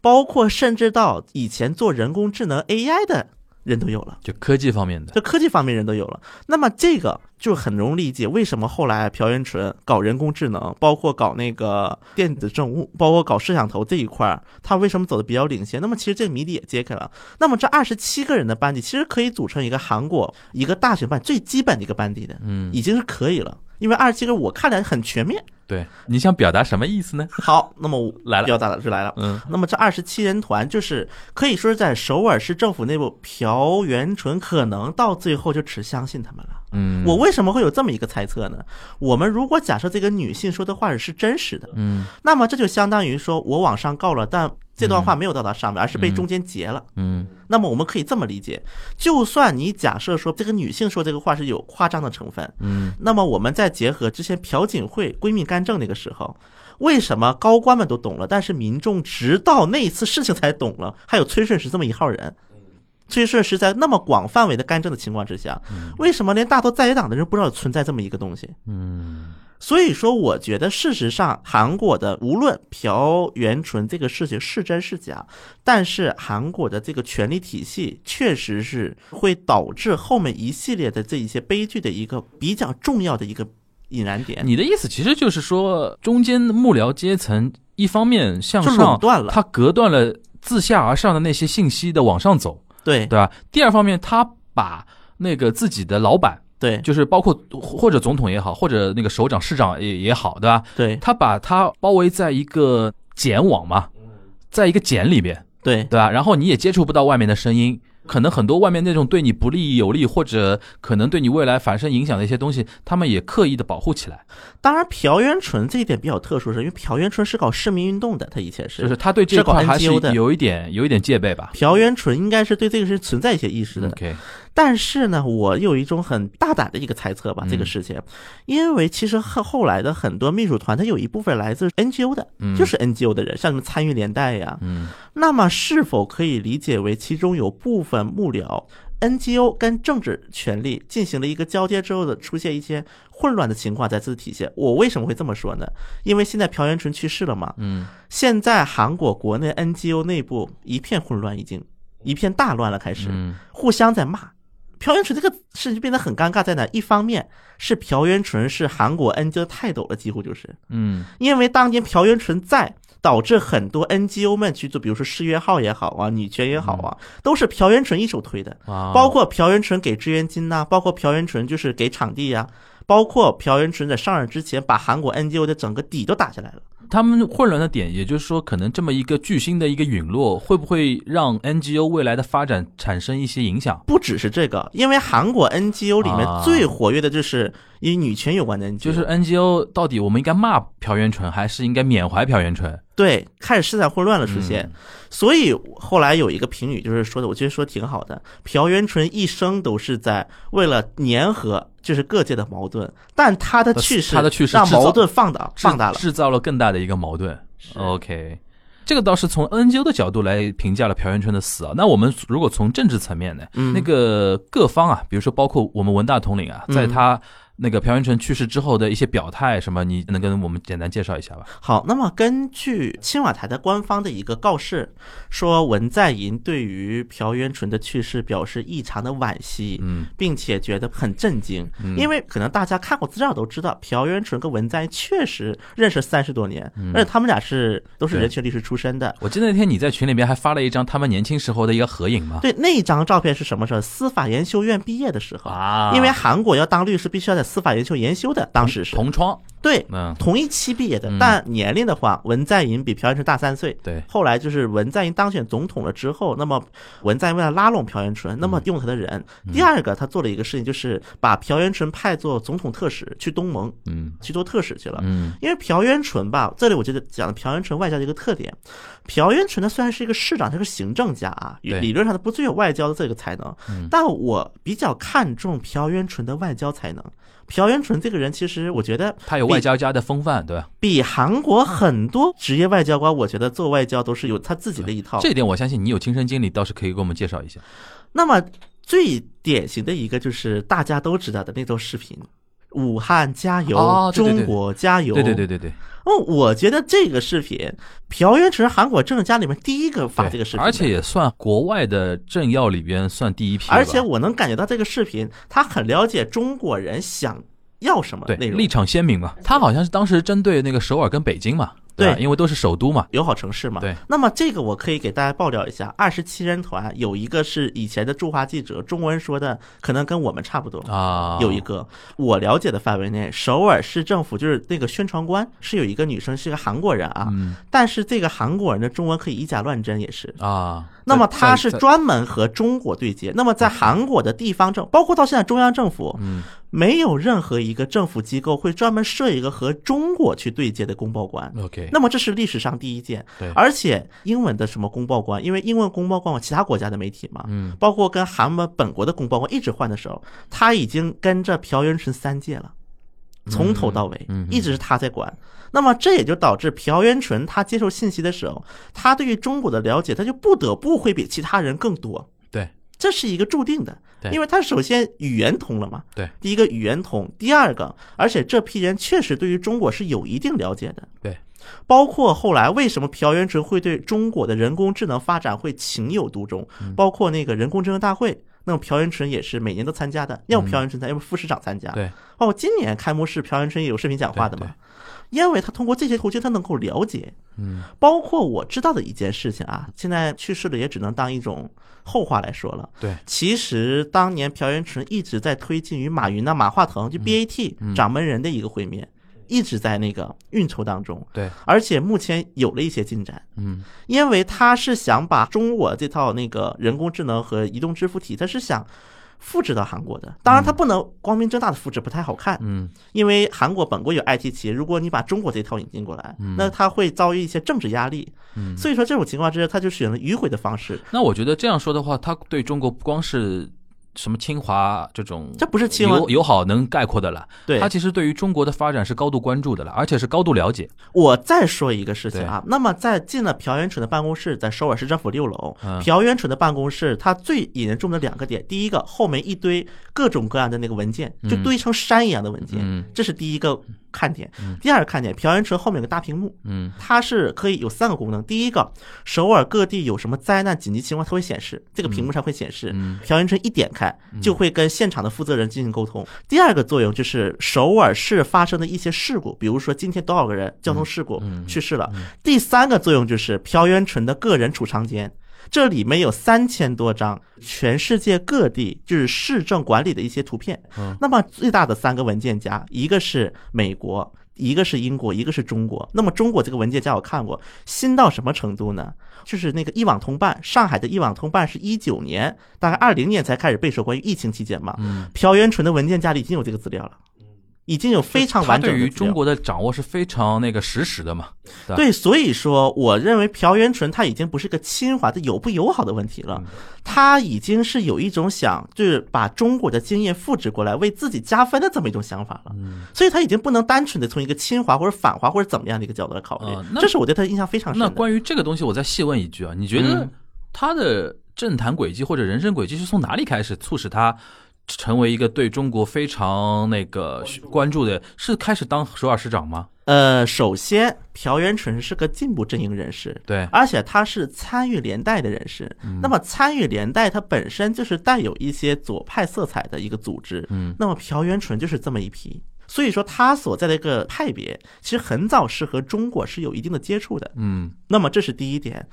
包括甚至到以前做人工智能 AI 的人都有了。就科技方面的，这科技方面人都有了。那么这个就很容易理解为什么后来朴元淳搞人工智能，包括搞那个电子政务，包括搞摄像头这一块儿，他为什么走的比较领先？那么其实这个谜底也揭开了。那么这二十七个人的班底，其实可以组成一个韩国一个大学办最基本的一个班底的，嗯，已经是可以了。因为二十七个我看来很全面。对，你想表达什么意思呢？好，那么我来了表达了就来了。嗯，那么这二十七人团就是可以说是在首尔市政府内部，朴元淳可能到最后就只相信他们了。嗯，我为什么会有这么一个猜测呢？我们如果假设这个女性说的话是真实的，嗯那么这就相当于说我往上告了，但这段话没有到达上面，而是被嗯中间截了。嗯那么我们可以这么理解，就算你假设说这个女性说这个话是有夸张的成分，嗯，那么我们再结合之前朴槿惠闺蜜干政那个时候。为什么高官们都懂了，但是民众直到那一次事情才懂了？还有崔顺实这么一号人，嗯崔顺实在那么广范围的干政的情况之下，为什么连大多在野党的人不知道存在这么一个东西？嗯所以说，我觉得事实上，韩国的无论朴元淳这个事情是真是假，但是韩国的这个权力体系确实是会导致后面一系列的这一些悲剧的一个比较重要的一个引燃点，你的意思其实就是说，中间幕僚阶层一方面向就垄上，断了。它隔断了自下而上的那些信息的往上走，对对吧？第二方面，他把那个自己的老板，对就是包括或者总统也好，或者那个首长、市长也也好，对吧？对他把它包围在一个茧网嘛，在一个茧里边，对对吧？然后你也接触不到外面的声音，可能很多外面那种对你不利有利，或者可能对你未来反身影响的一些东西，他们也刻意的保护起来，当然，朴元淳这一点比较特殊是，因为朴元淳是搞市民运动的，他以前是，就是他对这是搞块还是 NGO 的有一点有一点戒备吧。朴元淳应该是对这个是存在一些意识的。 OK，但是呢，我有一种很大胆的一个猜测吧，嗯这个事情，因为其实后后来的很多民主团，它有一部分来自 NGO 的，嗯就是 NGO 的人，像什么参与联代呀、嗯，那么是否可以理解为其中有部分幕僚 NGO 跟政治权力进行了一个交接之后的出现一些混乱的情况再次体现？我为什么会这么说呢？因为现在朴元淳去世了嘛，嗯，现在韩国国内 NGO 内部一片混乱，已经一片大乱了，开始。嗯互相在骂。朴元淳这个事情变得很尴尬在哪？一方面是朴元淳是韩国 NGO 的泰斗了，几乎就是嗯因为当年朴元淳在，导致很多 NGO 们去做，比如说世越号也好啊，女权也好啊，都是朴元淳一手推的，嗯啊，包括朴元淳给志愿金呐、包括朴元淳就是给场地呀、包括朴元淳在上任之前把韩国 NGO 的整个底都打下来了。他们混乱的点，也就是说，可能这么一个巨星的一个陨落，会不会让 NGO 未来的发展产生一些影响？不只是这个，因为韩国 NGO 里面啊最活跃的就是与女权有关的 NGO，就是 NGO 到底我们应该骂朴元淳，还是应该缅怀朴元淳？对，开始生产混乱了出现，嗯所以后来有一个评语就是说的，我觉得说挺好的。朴元淳一生都是在为了粘合就是各界的矛盾，但他的去世，他的去世让制造矛盾放大制放大了。制造了更大的一个矛盾。OK，这个倒是从 NGO 的角度来评价了朴元淳的死啊。那我们如果从政治层面呢，嗯那个各方啊，比如说包括我们文大统领啊，在嗯他那个朴元淳去世之后的一些表态什么，你能跟我们简单介绍一下吧？好，那么根据青瓦台的官方的一个告示，说文在寅对于朴元淳的去世表示异常的惋惜，嗯并且觉得很震惊，因为可能大家看过资料都知道，朴元淳跟文在寅确实认识三十多年，而且他们俩是都是嗯对人权律师出身的。我记得那天你在群里边还发了一张他们年轻时候的一个合影嘛？对，那张照片是什么时候？司法研修院毕业的时候，啊因为韩国要当律师必须要在司法研修研修的，当时是同窗，对嗯，同一期毕业的嗯，但年龄的话，文在寅比朴元淳大三岁。对，后来就是文在寅当选总统了之后，那么文在寅为了拉拢朴元淳，那嗯么用他的人。第二个，他做了一个事情，就是把朴元淳派做总统特使去东盟嗯去做特使去了。嗯因为朴元淳吧，这里我觉得讲的朴元淳外交的一个特点，朴元淳呢虽然是一个市长，他是个行政家啊，对嗯理论上他不具有外交的这个才能，但我比较看重朴元淳的外交才能。朴元淳这个人，其实我觉得他有比外交家的风范，对吧？比韩国很多职业外交官，我觉得做外交都是有他自己的一套。这一点我相信你有亲身经历，倒是可以给我们介绍一下。那么最典型的一个就是大家都知道的那段视频。武汉加油，哦对对对中国加油！对对对对对，哦，我觉得这个视频，朴元淳韩国政治家里面第一个发对这个视频的，而且也算国外的政要里边算第一批吧，而且我能感觉到这个视频，他很了解中国人想要什么对内立容。场鲜明嘛。他好像是当时针对那个首尔跟北京嘛，吧对因为都是首都嘛。友好城市嘛，对。那么这个我可以给大家爆料一下，二十七人团有一个是以前的驻华记者，中文说的可能跟我们差不多。啊，有一个我了解的范围内，首尔市政府就是那个宣传官是有一个女生是个韩国人啊，嗯但是这个韩国人的中文可以以假乱真也是，啊，那么在他在是在专门和中国对接。那么在韩国的地方政，包括到现在中央政府，嗯没有任何一个政府机构会专门设一个和中国去对接的公报官。 OK，那么这是历史上第一件对，而且英文的什么公报官，因为英文公报官有其他国家的媒体嘛，嗯，包括跟韩国本国的公报官一直换的时候，他已经跟着朴元淳三届了。从头到尾嗯，一直是他在管。那么这也就导致朴元淳他接受信息的时候，他对于中国的了解，他就不得不会比其他人更多。对，这是一个注定的对，因为他首先语言通了嘛，对，第一个语言通，第二个，而且这批人确实对于中国是有一定了解的，对，包括后来为什么朴元淳会对中国的人工智能发展会情有独钟，嗯包括那个人工智能大会。那么朴元淳也是每年都参加的，嗯要么朴元淳参加，要么副市长参加。对，包括哦今年开幕式朴元淳也有视频讲话的嘛，因为他通过这些途径，他能够了解。嗯，包括我知道的一件事情啊，现在去世了也只能当一种后话来说了。对，其实当啊嗯年朴元淳一直在推进于马云呐、马化腾就 BAT 掌门人的一个会面。一直在那个运筹当中，对，而且目前有了一些进展，嗯，因为他是想把中我这套那个人工智能和移动支付体，他是想复制到韩国的。当然，他不能光明正大的复制，不太好看，嗯，因为韩国本国有 IT 企业，如果你把中国这套引进过来，那他会遭遇一些政治压力，嗯所以说这种情况之下，他就选了迂回的方式，那我觉得这样说的话，他对中国不光是什么清华这种这不是亲文友。友好能概括的了，对他其实对于中国的发展是高度关注的了，而且是高度了解。我再说一个事情啊，那么在进了朴元淳的办公室，在首尔市政府六楼，嗯朴元淳的办公室，它最引人注目的两个点，第一个后面一堆各种各样的那个文件，就堆成山一样的文件，嗯这是第一个看点。第二个看点，朴元淳后面有个大屏幕，嗯它是可以有三个功能。第一个，首尔各地有什么灾难紧急情况，它会显示，这个屏幕上会显示。嗯朴元淳一点开，就会跟现场的负责人进行沟通。第二个作用就是首尔市发生的一些事故，比如说今天多少个人交通事故去世了。第三个作用就是朴元淳的个人储藏间。这里面有三千多张全世界各地就是市政管理的一些图片，那么最大的三个文件夹，一个是美国。一个是英国，一个是中国。那么中国这个文件夹我看过，新到什么程度呢？就是那个一网通办，上海的一网通办是一九年，大概二零年才开始备受关于疫情期间嘛。朴元淳的文件夹里已经有这个资料了，已经有非常他完整的对于资料中国的掌握是非常那个实时的嘛，对吧对，所以说，我认为朴元淳他已经不是个侵华的友不友好的问题嗯了，他已经是有一种想就是把中国的经验复制过来为自己加分的这么一种想法了，嗯所以他已经不能单纯的从一个侵华或者反华或者怎么样的一个角度来考啊虑，那这是我对他的印象非常深那的。关于这个东西，我再细问一句啊，你觉得嗯他的政坛轨迹或者人生轨迹是从哪里开始促使他成为一个对中国非常那个关注的？是开始当首尔市长吗？呃，首先，朴元淳是个进步阵营人士，对，而且他是参与联代的人士。嗯那么参与联代，它本身就是带有一些左派色彩的一个组织。嗯，那么朴元淳就是这么一批。所以说，他所在的一个派别，其实很早是和中国是有一定的接触的。嗯那么这是第一点。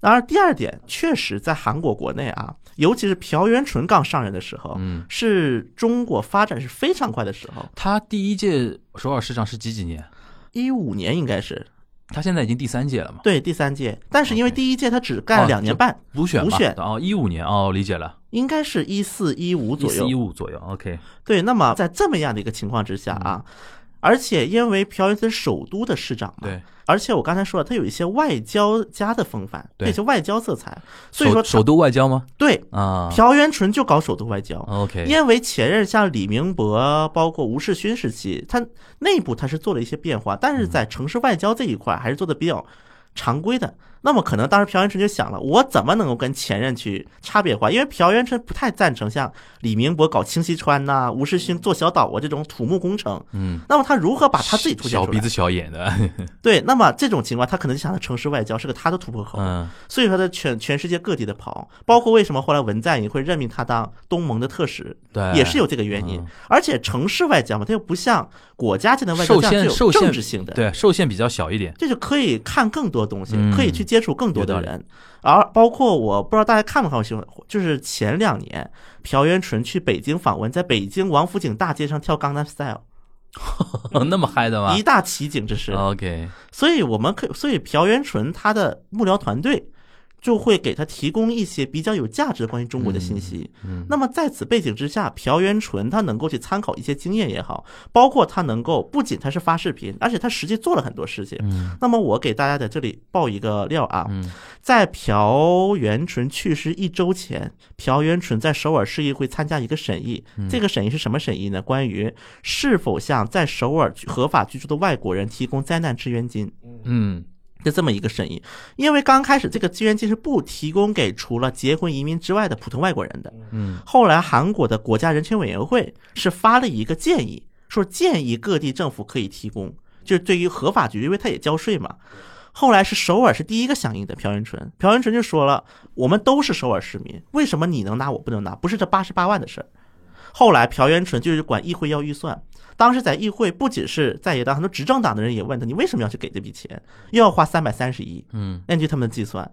然而第二点，确实在韩国国内啊，尤其是朴元淳刚上任的时候，嗯，是中国发展是非常快的时候，他第一届首尔市长是几几年？一五年应该是他现在已经第三届了嘛？对第三届，但是因为 OK 第一届他只干了哦两年就半，补选嘛，补选哦，一五年哦，理解了，应该是一四一五一左四一右。啊五左右，OK，对，那么在这么样的一个情况之下啊，而且因为朴元淳首都的市长嘛，嗯对，而且我刚才说了，他有一些外交家的风范，对一些外交色彩，所以说首首他都外交吗？对啊朴元淳就搞首都外交。 ，OK，因为前任像李明博，包括吴世勋时期，他内部他是做了一些变化，但是在城市外交这一块还是做的比较常规的。那么可能当时朴元淳就想了，我怎么能够跟前任去差别化？因为朴元淳不太赞成像李明博搞清溪川呐、吴世勋做小岛啊这种土木工程。嗯，那么他如何把他自己凸显小出鼻来？子小眼的，对，那么这种情况，他可能就想到城市外交是个他的突破口。嗯所以说他全全世界各地的跑，包括为什么后来文在寅会任命他当东盟的特使，对也是有这个原因。嗯而且城市外交嘛，它又不像国家间的外交受这样限具受有限政治性的，对，受限比较小一点， 这就可以看更多东西，嗯可以去接触更多的人。而包括我不知道大家看没看过新闻，就是前两年朴元淳去北京访问，在北京王府井大街上跳《江南 Style》，那么嗨的吗哦一大奇景，这哦是。 ？OK，所以我们可以，所以朴元淳他的幕僚团队就会给他提供一些比较有价值的关于中国的信息。嗯那么在此背景之下，朴元淳他能够去参考一些经验也好，包括他能够不仅他是发视频，而且他实际做了很多事情。嗯那么我给大家在这里爆一个料啊，嗯在朴元淳去世一周前，朴元淳在首尔市议会参加一个审议，嗯这个审议是什么审议呢？关于是否向在首尔合法居住的外国人提供灾难志愿金。嗯的这么一个审议，因为刚开始这个志愿金是不提供给除了结婚移民之外的普通外国人的。嗯，后来韩国的国家人权委员会是发了一个建议，说建议各地政府可以提供，就是对于合法局，因为他也交税嘛。后来是首尔是第一个响应的朴元淳，朴元淳就说了，我们都是首尔市民，为什么你能拿我不能拿？不是这八十八万的事儿。后来朴元淳就是管议会要预算，当时在议会不仅是在野党，很多执政党的人也问他，你为什么要去给这笔钱？又要花三百三十亿，嗯，根据他们的计算，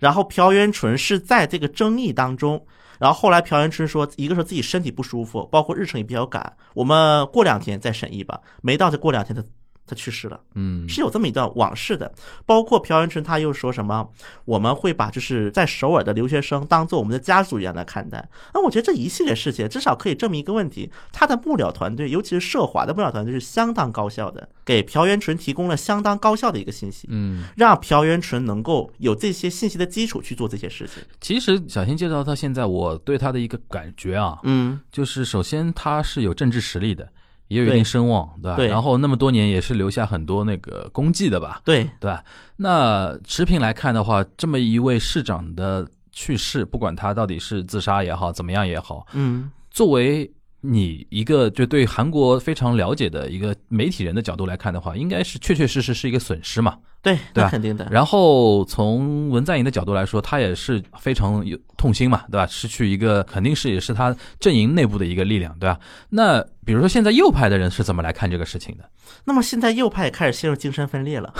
然后朴元淳是在这个争议当中，然后后来朴元淳说，一个是自己身体不舒服，包括日程也比较赶，我们过两天再审议吧，没到这过两天他他去世了。嗯是有这么一段往事的。包括朴元淳他又说什么，我们会把就是在首尔的留学生当做我们的家族一样来看待。那我觉得这一系列事情至少可以证明一个问题：他的幕僚团队，尤其是涉华的幕僚团队是相当高效的，给朴元淳提供了相当高效的一个信息。嗯，让朴元淳能够有这些信息的基础去做这些事情。其实小新介绍到现在，我对他的一个感觉啊，嗯，就是首先他是有政治实力的，也有一对定声望，对吧？对然后那么多年也是留下很多那个功绩的吧，对，对吧？那持平来看的话，这么一位市长的去世，不管他到底是自杀也好，怎么样也好，嗯，作为你一个就对韩国非常了解的一个媒体人的角度来看的话，应该是确确实实是一个损失嘛。对，对那吧肯定的。然后从文在寅的角度来说，他也是非常有痛心嘛，对吧？失去一个肯定是也是他阵营内部的一个力量，对吧？那比如说现在右派的人是怎么来看这个事情的？那么现在右派也开始陷入精神分 裂了，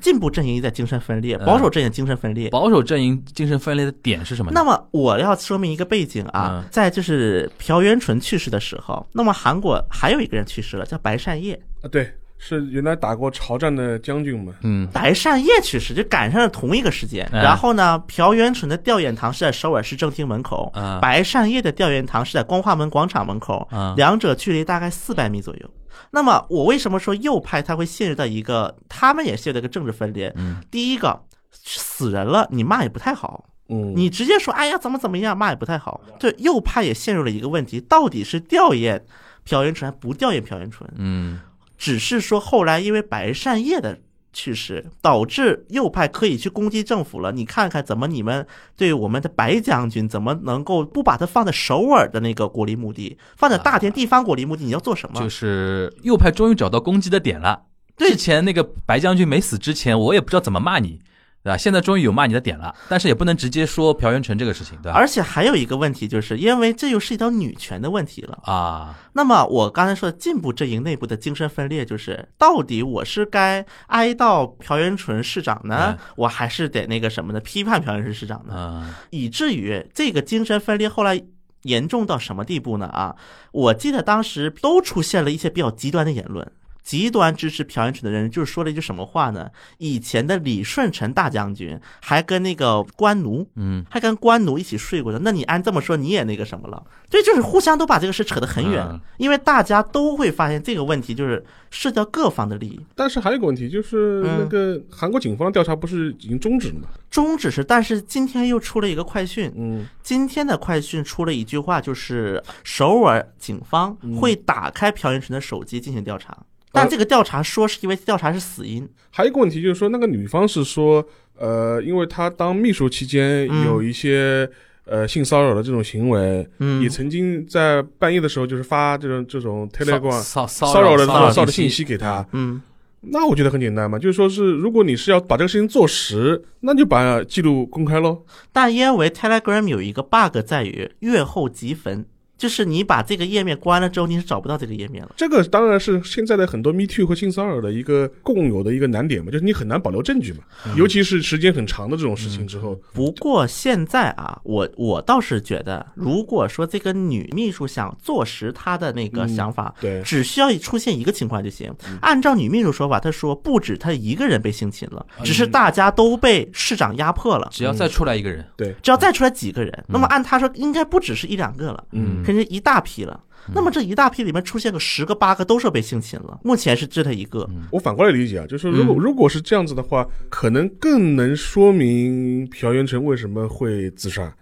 进步阵营也在精神分裂，嗯保守阵营精神分裂。保守阵营精神分裂的点是什么呢？那么我要说明一个背景啊嗯，在就是朴元淳去世的时候，那么韩国还有一个人去世了，叫白善燮。啊，对，是原来打过朝战的将军嘛，嗯白善燮去世就赶上了同一个时间，嗯然后呢，朴元淳的吊唁堂是在首尔市政厅门口，啊白善燮的吊唁堂是在光化门广场门口，啊两者距离大概四百米左右。那么我为什么说右派他会陷入到一个，他们也陷入到一个政治分裂？第一个，死人了你骂也不太好，嗯，你直接说哎呀怎么怎么样骂也不太好。对，右派也陷入了一个问题，到底是吊唁朴元淳还不吊唁朴元淳？嗯只是说后来因为白善燮的去世，导致右派可以去攻击政府了。你看看怎么你们对我们的白将军怎么能够不把他放在首尔的那个国立墓地，放在大田地方国立墓地，你要做什么？就是右派终于找到攻击的点了。对之前那个白将军没死之前，我也不知道怎么骂你，对吧？现在终于有骂你的点了，但是也不能直接说朴元淳这个事情，对吧？而且还有一个问题，就是因为这又是一条女权的问题了。啊，那么我刚才说的进步阵营内部的精神分裂，就是到底我是该哀悼朴元淳市长呢嗯，我还是得那个什么呢，批判朴元淳市长呢？嗯以至于这个精神分裂后来严重到什么地步呢？啊，我记得当时都出现了一些比较极端的言论。极端支持朴元淳的人，就是说了一句什么话呢？以前的李舜臣大将军还跟那个官奴，嗯，还跟官奴一起睡过的。那你按这么说，你也那个什么了？对，就是互相都把这个事扯得很远嗯，因为大家都会发现这个问题就是涉及到各方的利益。但是还有一个问题，就是嗯那个韩国警方的调查不是已经终止了嘛？终止是，但是今天又出了一个快讯，嗯，今天的快讯出了一句话，就是首尔警方会打开朴元淳的手机进行调查，但这个调查说是因为调查是死因，还有一个问题就是说，那个女方是说，呃，因为她当秘书期间嗯有一些、呃性骚扰的这种行为，嗯也，曾经在半夜的时候就是发这种这种 Telegram 骚骚骚扰的骚骚扰的信息，息给她。嗯，那我觉得很简单嘛，就是说是如果你是要把这个事情做实，那就把记录公开喽。但因为 Telegram 有一个 bug 在于月后即焚，就是你把这个页面关了之后，你是找不到这个页面了。这个当然是现在的很多 Me Too 和性骚扰的一个共有的一个难点嘛，就是你很难保留证据嘛，尤其是时间很长的这种事情之后，不过现在啊，我我倒是觉得，如果说这个女秘书想坐实她的那个嗯想法，对，嗯只需要出现一个情况就行。按照女秘书说法，她说不止她一个人被性侵了，嗯只是大家都被市长压迫了。只要再出来一个人，只要再出来几个人，那么按她说，应该不只是一两个了，嗯肯定一大批了。那么这一大批里面出现个十个八个都是被性侵了，目前是只她一个。我反过来理解啊，就是如果、如果是这样子的话，可能更能说明朴元淳为什么会自杀。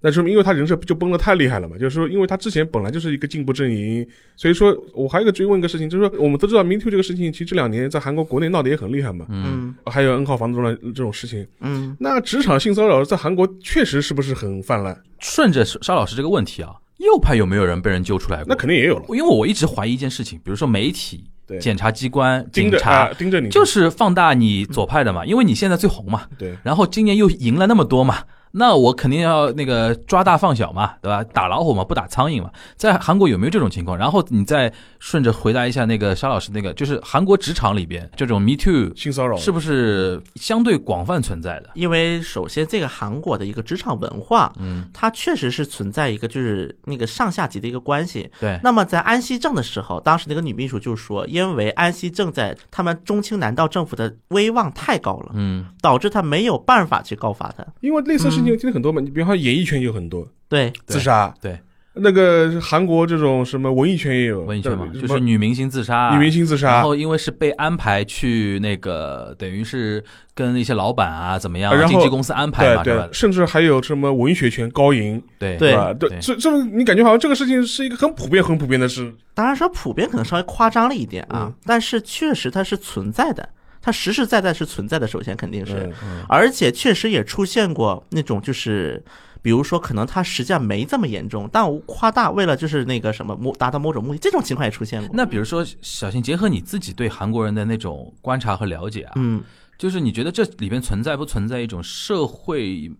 那说明，因为他人设就崩的太厉害了嘛，就是说，因为他之前本来就是一个进步阵营，所以说我还有一个追问一个事情，就是说我们都知道 Me Too 这个事情，其实这两年在韩国国内闹得也很厉害嘛，嗯还有 N 号房子乱这种事情。嗯，那职场性骚扰在韩国确实是不是很泛滥？顺着沙老师这个问题啊，右派有没有人被人揪出来过？那肯定也有了，因为我一直怀疑一件事情，比如说媒体、对，检察机关、盯警着察啊，，盯着你，嗯就是放大你左派的嘛，因为你现在最红嘛，对，然后今年又赢了那么多嘛，那我肯定要那个抓大放小嘛，对吧？打老虎嘛，不打苍蝇嘛。在韩国有没有这种情况？然后你再顺着回答一下那个沙老师那个，就是韩国职场里边这种 Me Too 性骚扰是不是相对广泛存在的？因为首先这个韩国的一个职场文化，嗯，它确实是存在一个就是那个上下级的一个关系。对，那么在安熙政的时候，当时那个女秘书就说，因为安熙政在他们中青南道政府的威望太高了，嗯，导致他没有办法去告发他。因为类似的事情我听了很多嘛，你比方说演艺圈也有很多对，对自杀，对，那个韩国这种什么文艺圈也有，文艺圈嘛，对就是女明星自杀、啊女明星自然杀，后因为是被安排去那个，等于是跟一些老板啊怎么样，呃然后经纪公司安排对嘛，是吧对，？甚至还有什么文学圈高银，对对吧？对，这这种你感觉好像这个事情是一个很普遍、很普遍的事，当然说普遍可能稍微夸张了一点啊，嗯但是确实它是存在的，它实实在在是存在的。首先肯定是，嗯而且确实也出现过那种就是。比如说，可能它实际上没这么严重，但我夸大为了就是那个什么目达到某种目的，这种情况也出现过。那比如说，小新结合你自己对韩国人的那种观察和了解啊，嗯，就是你觉得这里边存在不存在一种社会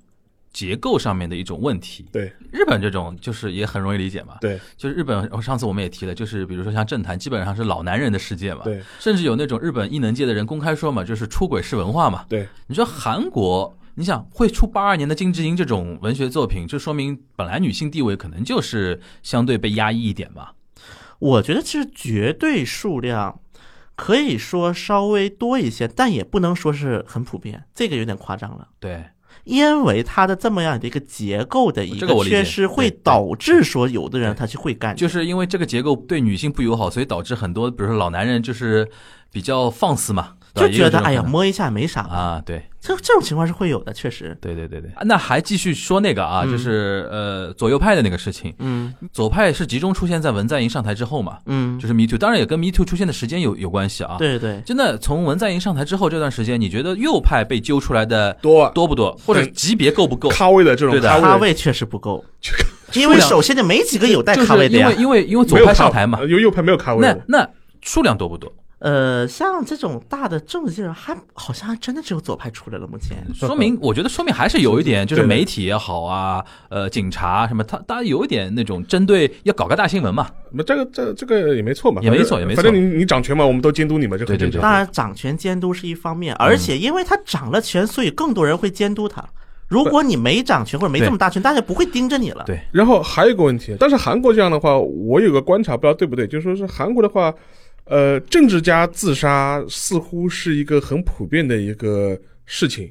结构上面的一种问题？对，日本这种就是也很容易理解嘛。对，就是日本，我上次我们也提了，就是比如说像政坛，基本上是老男人的世界嘛。对，甚至有那种日本艺能界的人公开说嘛，就是出轨是文化嘛。对，你说韩国，你想会出八二年的金智英这种文学作品，这说明本来女性地位可能就是相对被压抑一点嘛。我觉得其实绝对数量可以说稍微多一些，但也不能说是很普遍，这个有点夸张了。对，因为它的这么样的一个结构的一这个个我理解缺失，会对导致说有的人他去会干，就是因为这个结构对女性不友好，所以导致很多，比如说老男人就是比较放肆嘛，对就吧也有觉这得种哎呀可能摸一下没啥吧，啊，对这这种情况是会有的，确实。对对对对。那还继续说那个啊，就是呃左右派的那个事情，嗯左派是集中出现在文在寅上台之后嘛，嗯就，是 Me Too，当然也跟 Me Too 出现的时间有有关系啊。，对对。真的从文在寅上台之后这段时间，你觉得右派被揪出来的多啊啊多不多，或者级别够不够？咖位的这种对的咖咖位位确实不够，因为首先就没几个有带就咖是位的因呀为。因为因为的左没有派咖上台嘛呃，右右派没有咖位那的，那数量多不多？呃，像这种大的政治人，还好像还真的只有左派出来了。目前，说明，我觉得说明还是有一点，就是对的媒体也好啊，呃，警察什么，他大家有一点那种针对要搞个大新闻嘛。那这个这这个也没错嘛，也没错反正也没错反正你你掌权嘛，我们都监督你嘛，这很正常。当然，掌权监督是一方面，而嗯且因为他掌了权，所以更多人会监督他。如果你没掌权或者没这么大权，大家不会盯着你了。对然后还有一个问题，但是韩国这样的话，我有个观察，不知道对不对，就是说是韩国的话，呃，政治家自杀似乎是一个很普遍的一个事情，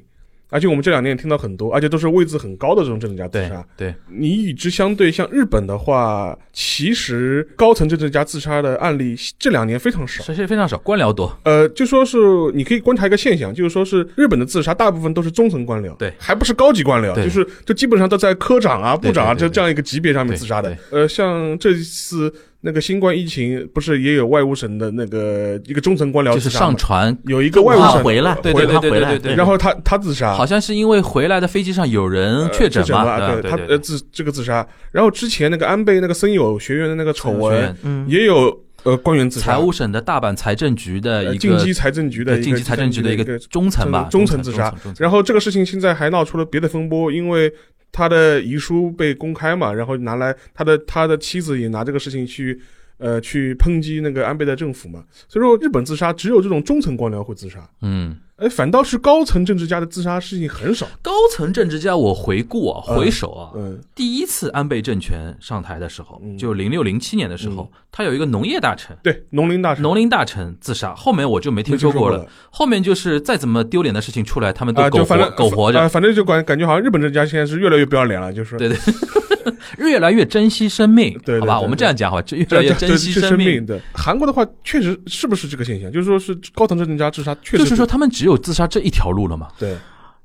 而且我们这两年也听到很多，而且都是位子很高的这种政治家自对啊杀。对，你与之相对，像日本的话，其实高层政治家自杀的案例这两年非常少。是是非常少，官僚多。呃，就说是你可以观察一个现象，就是说是日本的自杀大部分都是中层官僚，对还不是高级官僚，对就是就基本上都在科长啊、对部长啊对这对这样一个级别上面对自杀的对。呃，像这次那个新冠疫情，不是也有外务省的那个一个中层官僚就自是杀上吗？船，有一个外务他省回来，对回对来他回对来，对对然后他他自杀，好像是因为回来的飞机上有人呃啊确诊嘛，啊了，对他对呃对自这个自杀，然后之前那个安倍那个森友学院的那个丑学闻院，嗯，也有呃官员自杀，财务省的大阪财政局呃的一晋个级财政局的对一个晋级财政局的一个中层吧，中层层自中杀层中层然后这个事情现在还闹出了别的风波，因为他的遗书被公开嘛，然后拿来他的他的妻子也拿这个事情去呃去抨击那个安倍的政府嘛。所以说日本自杀只有这种中层官僚会自杀，嗯。哎，反倒是高层政治家的自杀事情很少。高层政治家，我回顾啊，嗯回首啊，嗯，第一次安倍政权上台的时候嗯，就零六零七年的时候，他有一个农业大臣，对，农林大臣，嗯农林大臣自杀，后面我就没听没听说说过过了。后面就是再怎么丢脸的事情出来，他们啊，都苟就活、反正苟活着，啊，反正就感感觉好像日本政治家现在是越来越不要脸了，就是对对，越来越珍惜生命，对对好吧，对我们这样讲好吧，这越对来对越对珍惜是生生。对，韩国的话，确实是不是这个现象？就是说是高层政治家自杀，确实就是说，他们只有自杀这一条路了嘛？对，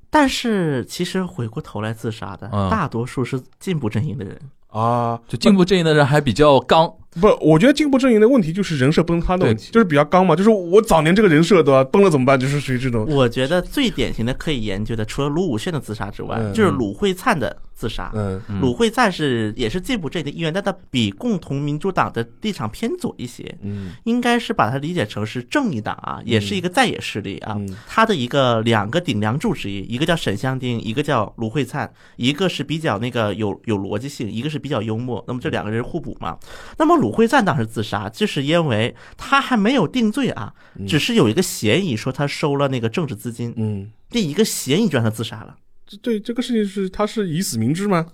但是其实回过头来自杀的嗯大多数是进步阵营的人，啊，就进步阵营的人还比较刚，不，我觉得进步阵营的问题就是人设崩塌的问题，就是比较刚嘛，就是我早年这个人设对吧，崩了怎么办？就是属于这种，我觉得最典型的可以研究的，除了卢武铉的自杀之外，嗯就是鲁慧灿的自杀。嗯鲁慧灿是也是进步阵营的一员，但他比共同民主党的立场偏左一些，嗯应该是把它理解成是正义党啊，也是一个在野势力啊。嗯他的一个两个顶梁柱之一，一个叫沈香丁，一个叫卢慧灿，一个是比较那个有有逻辑性，一个是比较幽默。那么这两个人互补嘛。那么鲁慧灿当时自杀，就是因为他还没有定罪啊，只是有一个嫌疑说他收了那个政治资金，嗯，这一个嫌疑就让他自杀了。这对这个事情是他是以死明志吗？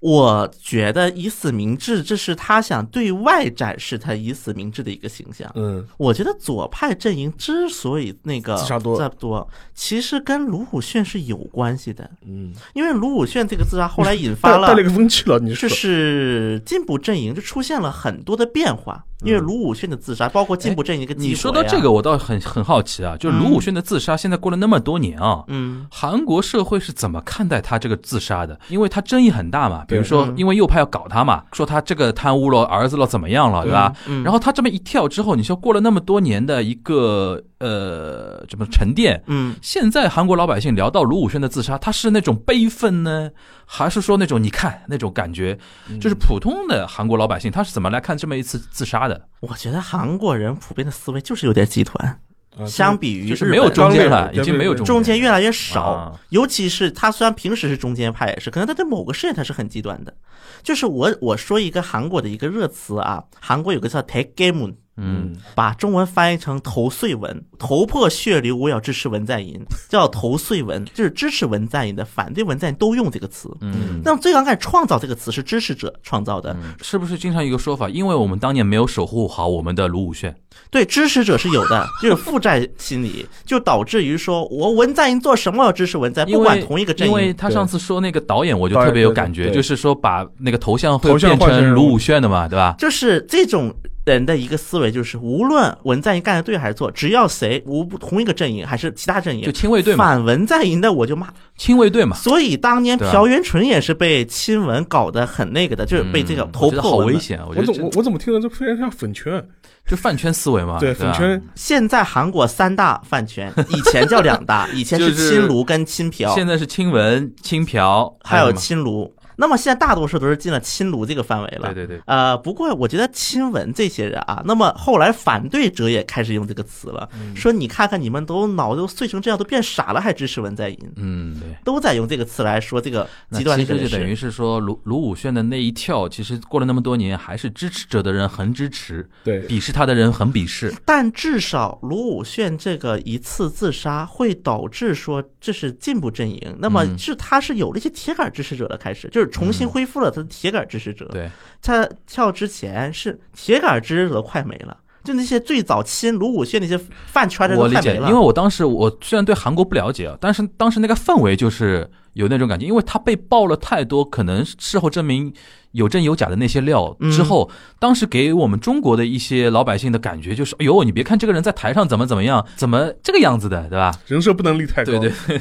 我觉得以死明志，这是他想对外展示他以死明志的一个形象。嗯我觉得左派阵营之所以那个自杀多这么多，其实跟卢武铉是有关系的，嗯，因为卢武铉这个自杀后来引发 带带了一了。个风气了，你就说是进步阵营就出现了很多的变化，因为卢武铉的自杀，包括进步阵营一个嗯哎你激说活到呀这个，，我倒很很好奇啊，就是卢武铉的自杀，现在过了那么多年啊，嗯，韩国社会是怎么看待他这个自杀的？因为他争议很大嘛，比如对说嗯因为右派要搞他嘛，说他这个贪污了，儿子了怎么样了，对吧？嗯然后他这么一跳之后，你说过了那么多年的一个呃怎么沉淀，嗯，现在韩国老百姓聊到卢武铉的自杀，他是那种悲愤呢，还是说那种你看那种感觉？嗯就是普通的韩国老百姓他是怎么来看这么一次自杀的？我觉得韩国人普遍的思维就是有点集团，啊相比于就是日没有本中间了，对已经没有中中间越来越少啊，尤其是他虽然平时是中间派，也是，可能他对某个事情他是很极端的。就是我我说一个韩国的一个热词啊，韩国有个叫 t a g e m u n 嗯，把中文翻译成头碎文，头破血流，我要支持文在寅，叫头碎文，就是支持文在寅的，反对文在寅都用这个词。嗯，那么最刚开始创造这个词是支持者创造的，是不是经常有一个说法？因为我们当年没有守护好我们的卢武铉，对支持者是有的，就是负债心理，就导致于说我文在寅做什么我要支持文在寅，因不为管同一个阵因为营。他上次说那个导演，我就导演特别有感觉，对对就是说把那个头像会头像变换成成人物卢武铉的嘛，对吧？就是这种人的一个思维，就是无论文在寅干的对还是错，只要谁无不同一个阵营还是其他阵营，就亲卫队嘛，反文在寅的我就骂。亲卫队嘛，所以当年对啊朴元淳也是被亲文搞得很那个的，就是被这个嗯头我觉得好破文危嘛。险啊，我觉我得怎这我我怎么听着这非常像粉圈？就饭圈思维嘛，啊对，吧粉圈现在韩国三大饭 圈，以前叫两大，以前就是是亲卢跟亲朴，现在是亲文、亲朴，还有什么亲卢。那么现在大多数都是进了亲卢这个范围了。对对对，呃，不过我觉得亲文这些人啊，那么后来反对者也开始用这个词了，嗯说你看看你们都脑子都碎成这样，都变傻了，还支持文在寅，嗯，对。都在用这个词来说这个那极端的其一个实人就等于士。是说卢卢武铉的那一跳，其实过了那么多年，还是支持者的人很支持，对鄙视他的人很鄙视。但至少卢武铉这个一次自杀会导致说这是进步阵营，那么嗯是他是有了一些铁杆支持者的开始，就是重新恢复了他的铁杆支持者。对，他跳之前是铁杆支持者都快没了。就那些最早亲卢武铉那些饭圈的人我都理快解，没了因为。我当时我虽然对韩国不了解啊，但是当时那个氛围就是有那种感觉，因为他被爆了太多，可能事后证明有真有假的那些料嗯之后，当时给我们中国的一些老百姓的感觉就是，哎呦，你别看这个人在台上怎么怎么样，怎么这个样子的，对吧？人设不能立太对高，对，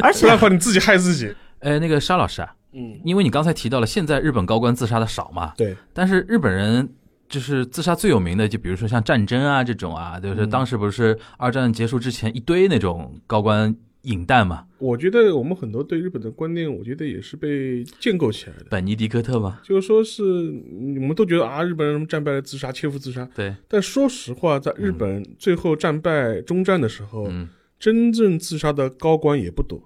而不且然的话你自己害自己。哎，那个沙老师啊，嗯，因为你刚才提到了现在日本高官自杀的少嘛，对，但是日本人就是自杀最有名的，就比如说像战争啊这种啊，嗯就是当时不是二战结束之前一堆那种高官引弹嘛，我觉得我们很多对日本的观念，我觉得也是被建构起来的。本尼迪克特嘛，就是说是你们都觉得啊，日本人什么战败了自杀、切腹自杀，对，但说实话，在日本最后战败中战的时候，嗯，真正自杀的高官也不多，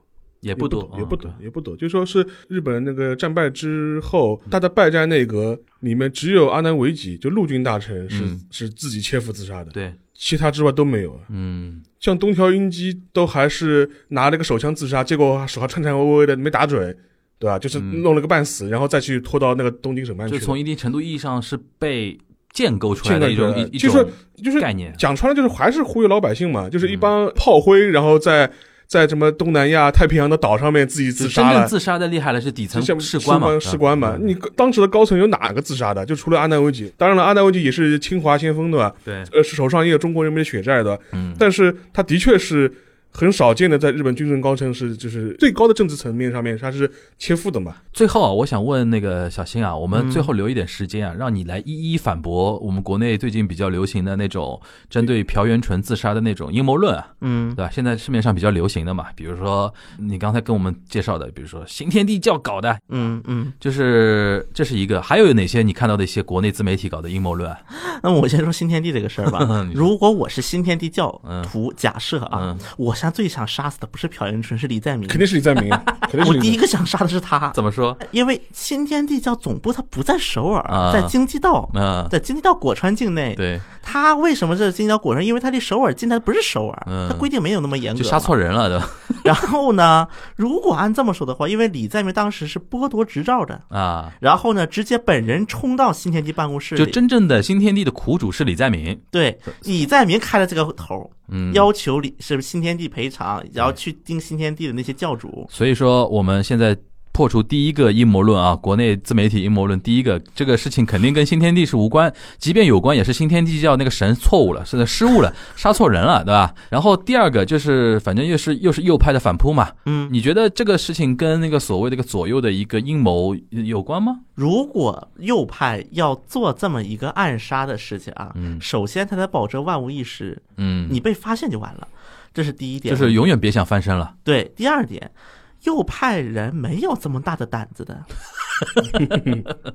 也哦也不多多，，也不多嗯，也不多。就说是日本那个战败之后，他的败战内阁里面只有阿南惟几，就陆军大臣是、嗯是自己切腹自杀的，对，其他之外都没有啊。嗯，像东条英机都还是拿了个手枪自杀，结果手还颤颤巍巍的没打准，对吧？就是嗯弄了个半死，然后再去拖到那个东京审判去就的。从一定程度意义上是被建构出来的一建构种出来一的一就是种就是概念，讲穿了就是还是忽悠老百姓嘛，就是一嗯帮炮灰，然后在在什么东南亚太平洋的岛上面自己就自真杀正了。自杀的厉害了是底层像士官嘛，士官嘛，嗯你当时的高层有哪个自杀的？就除了阿南惟几，当然了，阿南惟几也是侵华先锋，对吧？对，呃，手上也有中国人民的血债的，嗯，但是他的确是很少见的，在日本军政高层是就是最高的政治层面上面，它是切腹的嘛。最后啊，我想问那个小新啊，我们最后留一点时间啊，让你来一一反驳我们国内最近比较流行的那种针对朴元淳自杀的那种阴谋论啊，嗯对，吧？现在市面上比较流行的嘛，比如说你刚才跟我们介绍的，比如说新天地教搞的，嗯嗯，就是这是一个，还有哪些你看到的一些国内自媒体搞的阴谋论啊？ 那么我先说新天地这个事儿吧 你。说如果我是新天地教嗯徒，假设啊嗯，我现在最想杀死的不是朴元淳，是李在明。肯定是李在明啊，肯定是我李在第一明。个想杀的是他，怎么说？因为新天地教总部它不在首啊尔，在京畿道，嗯，在京畿道果川境内。对，他为什么是京郊果川？因为他离首尔近，他不是首尔，嗯他规定没有那么严格。就杀。错人了，对吧？ 然后呢，如果按这么说的话，因为李在明当时是剥夺执照的，啊，然后呢，直接本人冲到新天地办公室就里，真正的新天地的苦主是李在明，对李在明开了这个头，嗯，要求李是不是新天地赔偿，然后去盯新天地的那些教主。所以说，我们现在破除第一个阴谋论啊，国内自媒体阴谋论，第一个这个事情肯定跟新天地是无关，即便有关，也是新天地教那个神错误了，是的，失误 了，杀错人了，对吧？然后第二个就是，反正又是又是右派的反扑嘛，嗯，你觉得这个事情跟那个所谓的一个左右的一个阴谋有关吗？如果右派要做这么一个暗杀的事情啊，嗯首先他得保证万无一失，嗯，你被发现就完了，这是第一点。就是永远别想翻身了，对，第二点，右派人没有这么大的胆子 的。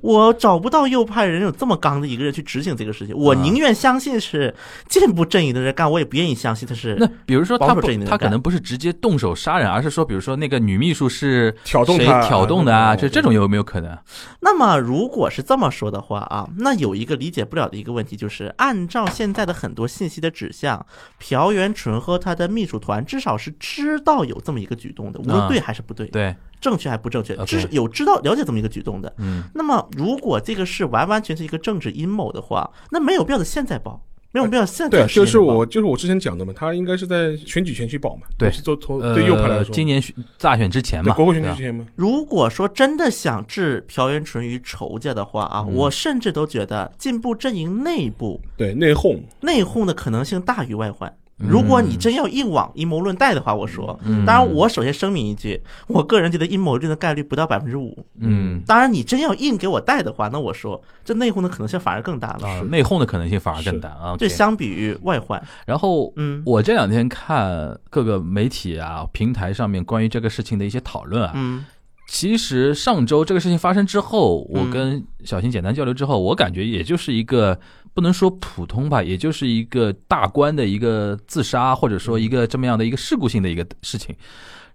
我找不到右派人有这么刚的一个人去执行这个事情，我啊宁愿相信是进步阵营的人干，我也不愿意相信他是那比如说他保守不阵营的人他可干能不是直接动手杀人，而是说，比如说那个女秘书是挑动谁他挑动的啊？嗯就这种有没有可能？那么，如果是这么说的话啊，那有一个理解不了的一个问题，就是按照现在的很多信息的指向，朴元淳和他的秘书团至少是知道有这么一个举动的，无论啊对还是不对，对，正确还不正确， OK 知有知道了解这么一个举动的。嗯，那么，如果这个是完完全全一个政治阴谋的话，那没有必要在现在报，没有必要现在对，有时就间是报我就是我之前讲的嘛，他应该是在选举前去保嘛，对是做从呃，对右派来说，今年选大选之前对嘛，国会选举对啊之吧前嘛，如果说真的想置朴元淳于仇家的话嗯啊，我甚至都觉得进步阵营内部对内讧，内讧的可能性大于外患。如果你真要硬往阴谋论带的话，我说，嗯当然我首先声明一句，我个人觉得阴谋论的概率不到百分之五。嗯，当然，你真要硬给我带的话，那我说这内讧的可能性反而更大了。啊，内讧的可能性反而更是大啊。这 OK 相比于外患，然后，嗯我这两天看各个媒体啊、平台上面关于这个事情的一些讨论啊，嗯其实上周这个事情发生之后，我嗯跟小新简单交流之后，我感觉也就是一个不能说普通吧，也就是一个大官的一个自杀，或者说一个这么样的一个事故性的一个事情。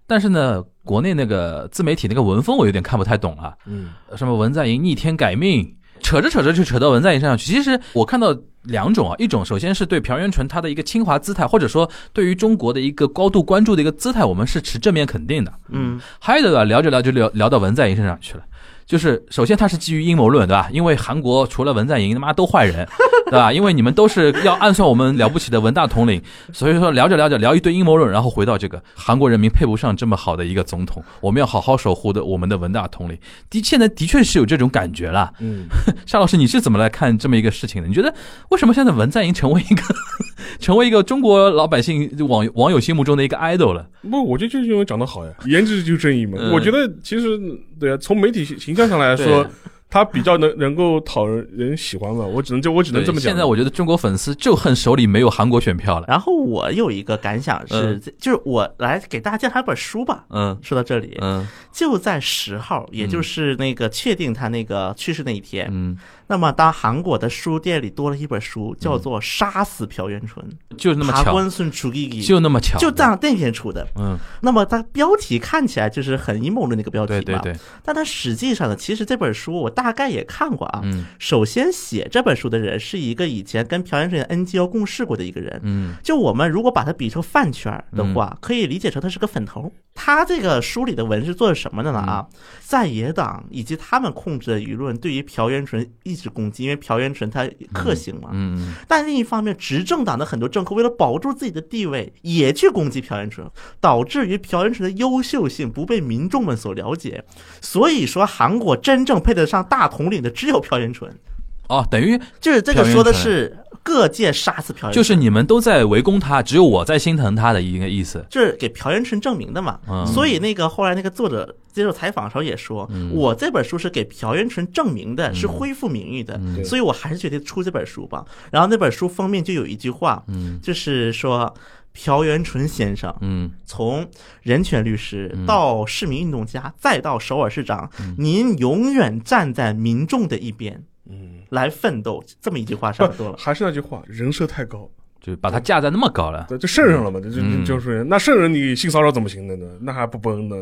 但是呢，国内那个自媒体那个文风我有点看不太懂啊，嗯，什么文在寅逆天改命，扯着扯着就扯到文在寅身上去。其实我看到两种啊，一种首先是对朴元淳他的一个侵华姿态，或者说对于中国的一个高度关注的一个姿态，我们是持正面肯定的。嗯还有一个吧，聊着聊着就聊聊到文在寅身上去了。就是首先，他是基于阴谋论，对吧？因为韩国除了文在寅，他妈都坏人，对吧？因为你们都是要暗算我们了不起的文大统领，所以说聊着聊着聊一堆阴谋论，然后回到这个韩国人民配不上这么好的一个总统，我们要好好守护的我们的文大统领。的现在的确是有这种感觉了。嗯，沙老师，你是怎么来看这么一个事情的？你觉得为什么现在文在寅成为一个 成为一个中国老百姓网网友心目中的一个 idol 了？不，我觉得就是因为长得好呀，颜值就是正义嘛。嗯我觉得其实对啊，从媒体形象上来说对，他比较能能够讨人人喜欢嘛。我只能就我只能这么对讲。现在我觉得中国粉丝就恨手里没有韩国选票了。然后我有一个感想是，就是我来给大家介绍一本书吧。嗯说到这里，嗯就在十号，也就是那个确定他那个去世那一天，嗯，那么，当韩国的书店里多了一本书，叫做《杀死朴元淳》，就是嗯那么韩巧，国孙楚吉吉，就那么巧，就这样那天出的。嗯，那么它标题看起来就是很阴谋论的一个标题对嘛，对嗯对，但它实际上呢，其实这本书我大概也看过啊。嗯首先写这本书的人是一个以前跟朴元淳的 NGO 共事过的一个人，嗯就我们如果把它比成饭圈儿的话，可以理解成它是个粉头。他这个书里的文是做的什么的呢？啊，嗯在野党以及他们控制的舆论对于朴元淳一直攻击，因为朴元淳他克星嘛。嗯，但另一方面，执政党的很多政客为了保住自己的地位，也去攻击朴元淳，导致于朴元淳的优秀性不被民众们所了解。所以说，韩国真正配得上大统领的只有朴元淳。哦，等于就是这个说的是各界杀死朴元淳，就是你们都在围攻他，只有我在心疼他的一个意思。就是给朴元淳证明的嘛。嗯所以那个后来那个作者接受采访的时候也说，我这本书是给朴元淳证明的，是恢复名誉的，所以我还是决定出这本书吧。然后那本书封面就有一句话，就是说朴元淳先生，嗯，从人权律师到市民运动家，再到首尔市长，嗯您永远站在民众的一边，嗯，来奋斗。这么一句话差不多不， 了。还是那句话，人设太高，就把他架在那么高了。对，就圣人了嘛，就就嗯就就是那圣人，你性骚扰怎么行的呢？那还不崩呢？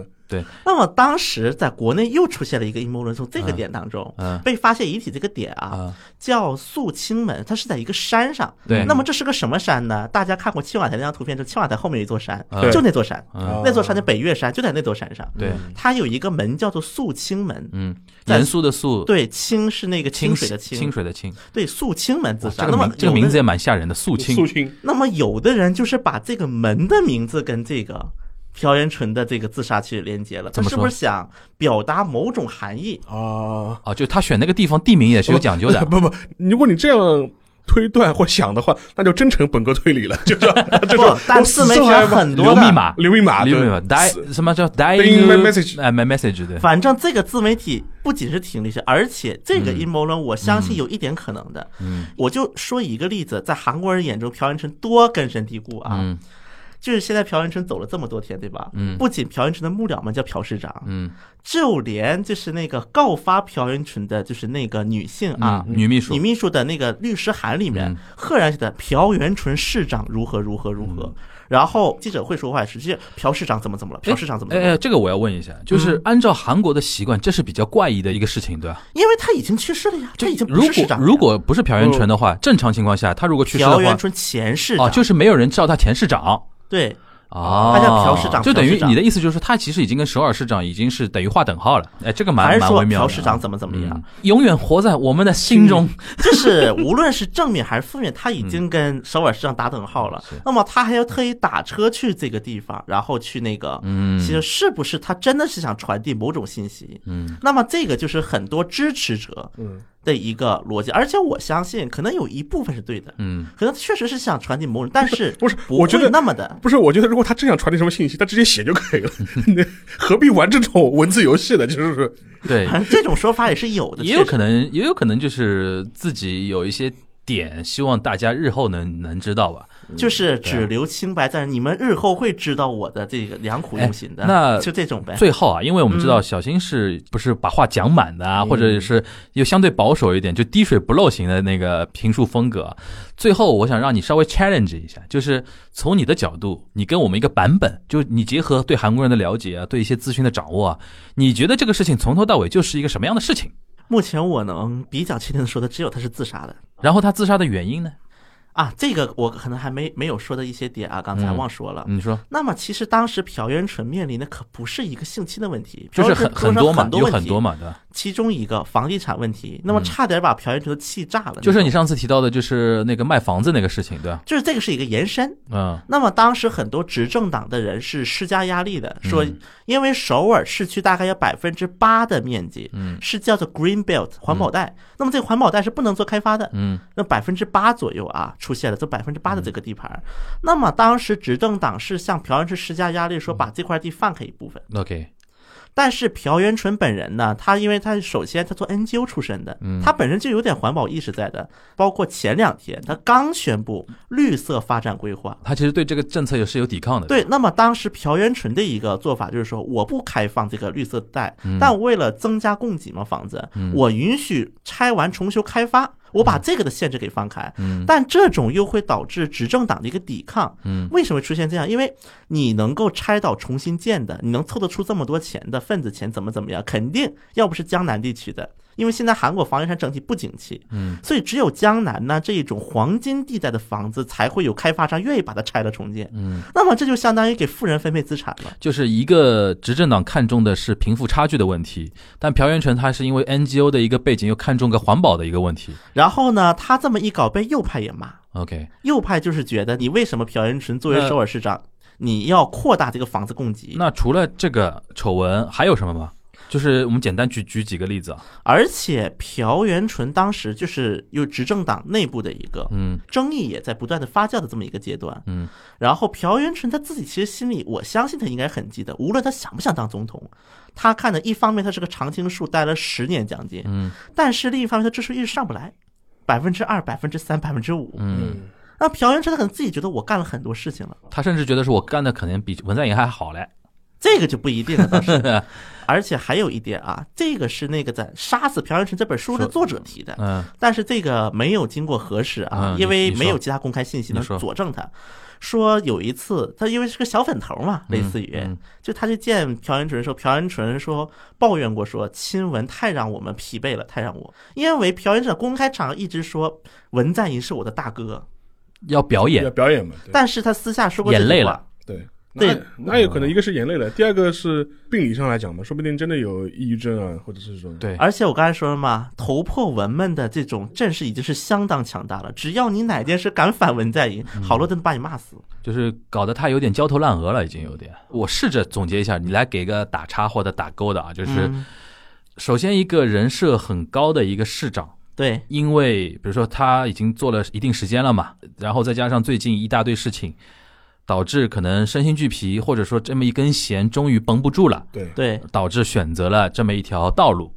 那么当时在国内又出现了一个阴谋论，从这个点当中嗯被发现遗体这个点啊啊，叫肃清门，它是在一个山上。对那么这是个什么山呢？大家看过青瓦台那张图片，就青瓦台后面有一座山嗯，就那座山，啊那座山叫北岳山，就在那座山上。对，它有一个门叫做肃清门，嗯，嗯在严肃的肃，对，清是那个清清水的清水的清，对，肃清门自哇杀。这那个么名这个有的名字也蛮吓人的，肃清肃。清，那么有的人就是把这个门的名字跟这个朴元淳的这个自杀去连接了，他怎么是不说是想表达某种含义？啊，啊，就他选那个地方地名也是有讲究的 ，不不，如果你这样推断或想的话，那就真成本科推理了，就是 就是不，但自媒体上很多留的密。码，留密码，留密码对，die 什么叫 die Dying in- message 哎，my message 对，反正这个自媒体不仅是挺立性，而且这个阴谋论，我相信有一点可能的。嗯我就说一个例子，在韩国人眼中，朴元淳多根深蒂固啊！嗯就是现在朴元淳走了这么多天，对吧？嗯不仅朴元淳的幕僚们叫朴市长，嗯就连就是那个告发朴元淳的，就是那个女性啊嗯，，女秘书女秘书的那个律师函里面嗯，赫然写的朴元淳市长如何如何如何，然后记者会说话也是，直接朴市长怎么怎么了，朴市长怎么嗯怎么嗯哎，了，哎这个我要问一下，就是按照韩国的习惯，这是比较怪异的一个事情，对吧？因为他已经去世了呀，就他已经不如是市果长了呀。哦如果不是朴元淳的话，正常情况下，他如果去世的朴元话，淳前市哦，长，就是没有人叫他前市长。对，哦，他叫朴市长就等朴于市长你的意思就是说，他其实已经跟首尔市长已经是等于划等号了。哎，这个还蛮是蛮说微妙的啊。朴市长怎么怎么样嗯？，永远活在我们的心中。就是无论是正面还是负面，他已嗯经跟首尔市长打等号了。那么他还要特意打车去这个地方，然后去那个，嗯，其实是不是他真的是想传递某种信息？嗯，那么这个就是很多支持者嗯的一个逻辑，而且我相信可能有一部分是对的，嗯，可能确实是想传递某种，但是不是不我觉会得那么的。不是，我觉得如果他真想传递什么信息，他直接写就可以 了，那何必玩这种文字游戏呢？就是说对，反正这种说法也是有的，也确有实可能，也有可能就是自己有一些点，希望大家日后能能知道吧。就是只留清白在，你们日后会知道我的这个良苦用心的。哎那就这种呗。最后啊，因为我们嗯知道小新是不是把话讲满的啊，或者是又相对保守一点，就滴水不漏型的那个评述风格。最后，我想让你稍微 challenge 一下，就是从你的角度，你跟我们一个版本，就是你结合对韩国人的了解啊，对一些资讯的掌握啊，你觉得这个事情从头到尾就是一个什么样的事情？目前我能比较确定的说的，只有他是自杀的然后他自杀的原因呢？啊。这个我可能还没没有说的一些点啊，嗯刚才忘说了。你说，那么其实当时朴元淳面临的可不是一个性侵的问题，就是朴元很淳多嘛很，多有问题很多嘛，对吧？其中一个房地产问题，那么差点把朴元淳都气炸了。就是你那种上次提到的，就是那个卖房子那个事情，对吧？就是这个是一个延伸，嗯那么当时很多执政党的人是施加压力嗯的，说因为首尔市区大概有百分之八的面积嗯是叫做 green belt 环保带，那么这个环保带是不能做开发的。嗯，那百分之八左右啊，出现了这百分之八的这个地盘。那么当时执政党是向朴元淳施加压力，说把这块地放开一部分。嗯 OK，但是朴元淳本人呢，他因为他首先他做 NGO 出身的，他本身就有点环保意识在的。包括前两天他刚宣布绿色发展规划，他其实对这个政策也是有抵抗的。对，那么当时朴元淳的一个做法就是说，我不开放这个绿色带，但为了增加供给嘛，房子，我允许拆完重修开发。我把这个的限制给放开，但这种又会导致执政党的一个抵抗。为什么出现这样？因为你能够拆倒重新建的，你能凑得出这么多钱的份子钱，怎么怎么样？肯定要不是江南地区的，因为现在韩国房地产整体不景气，嗯，所以只有江南呢这一种黄金地带的房子才会有开发商愿意把它拆了重建，嗯，那么这就相当于给富人分配资产了，就是一个执政党看重的是贫富差距的问题，但朴元淳他是因为 NGO 的一个背景，又看重个环保的一个问题。然后呢，他这么一搞被右派也骂， OK，右派就是觉得你为什么朴元淳作为那首尔嗯市长，你要扩大这个房子供给？那除了这个丑闻还有什么吗？就是我们简单举举几个例子啊，而且朴元淳当时就是又执政党内部的一个嗯争议也在不断的发酵的这么一个阶段。嗯，然后朴元淳他自己其实心里，我相信他应该很记得，无论他想不想当总统，他看的一方面他是个常青树，待了十年将近，嗯，但是另一方面他支持率上不来，百分之二、百分之三、百分之五。嗯，那朴元淳他可能自己觉得我干了很多事情了，他甚至觉得是我干的可能比文在寅还好嘞，这个就不一定了，倒 是。而且还有一点啊，这个是那个在《杀死朴元淳》这本书的作者提的，嗯但是这个没有经过核实啊，嗯因为你你说没有其他公开信息能你说佐证他。说有一次，他因为是个小粉头嘛，类似于，嗯就他去见朴元淳的时候，朴元淳说抱怨过说亲文太让我们疲惫了，太让我，因为朴元淳公开场合一直说文在寅是我的大哥，要表要演，表演嘛，对但是他私下说过眼泪这句话了，对。对那那有可能一个是眼泪了，第二个是病理上来讲嘛，说不定真的有抑郁症啊，或者是这种。，对，而且我刚才说了嘛，头破文们的这种阵势已经是相当强大了，只要你哪件事敢反文在寅，嗯好洛顿把你骂死。就是搞得他有点焦头烂额了，已经有点。我试着总结一下，你来给个打叉或者打勾的啊，就是嗯首先一个人设很高的一个市长。对，因为比如说他已经做了一定时间了嘛，然后再加上最近一大堆事情，导致可能身心俱疲，或者说这么一根弦终于绷不住了，对对，导致选择了这么一条道路。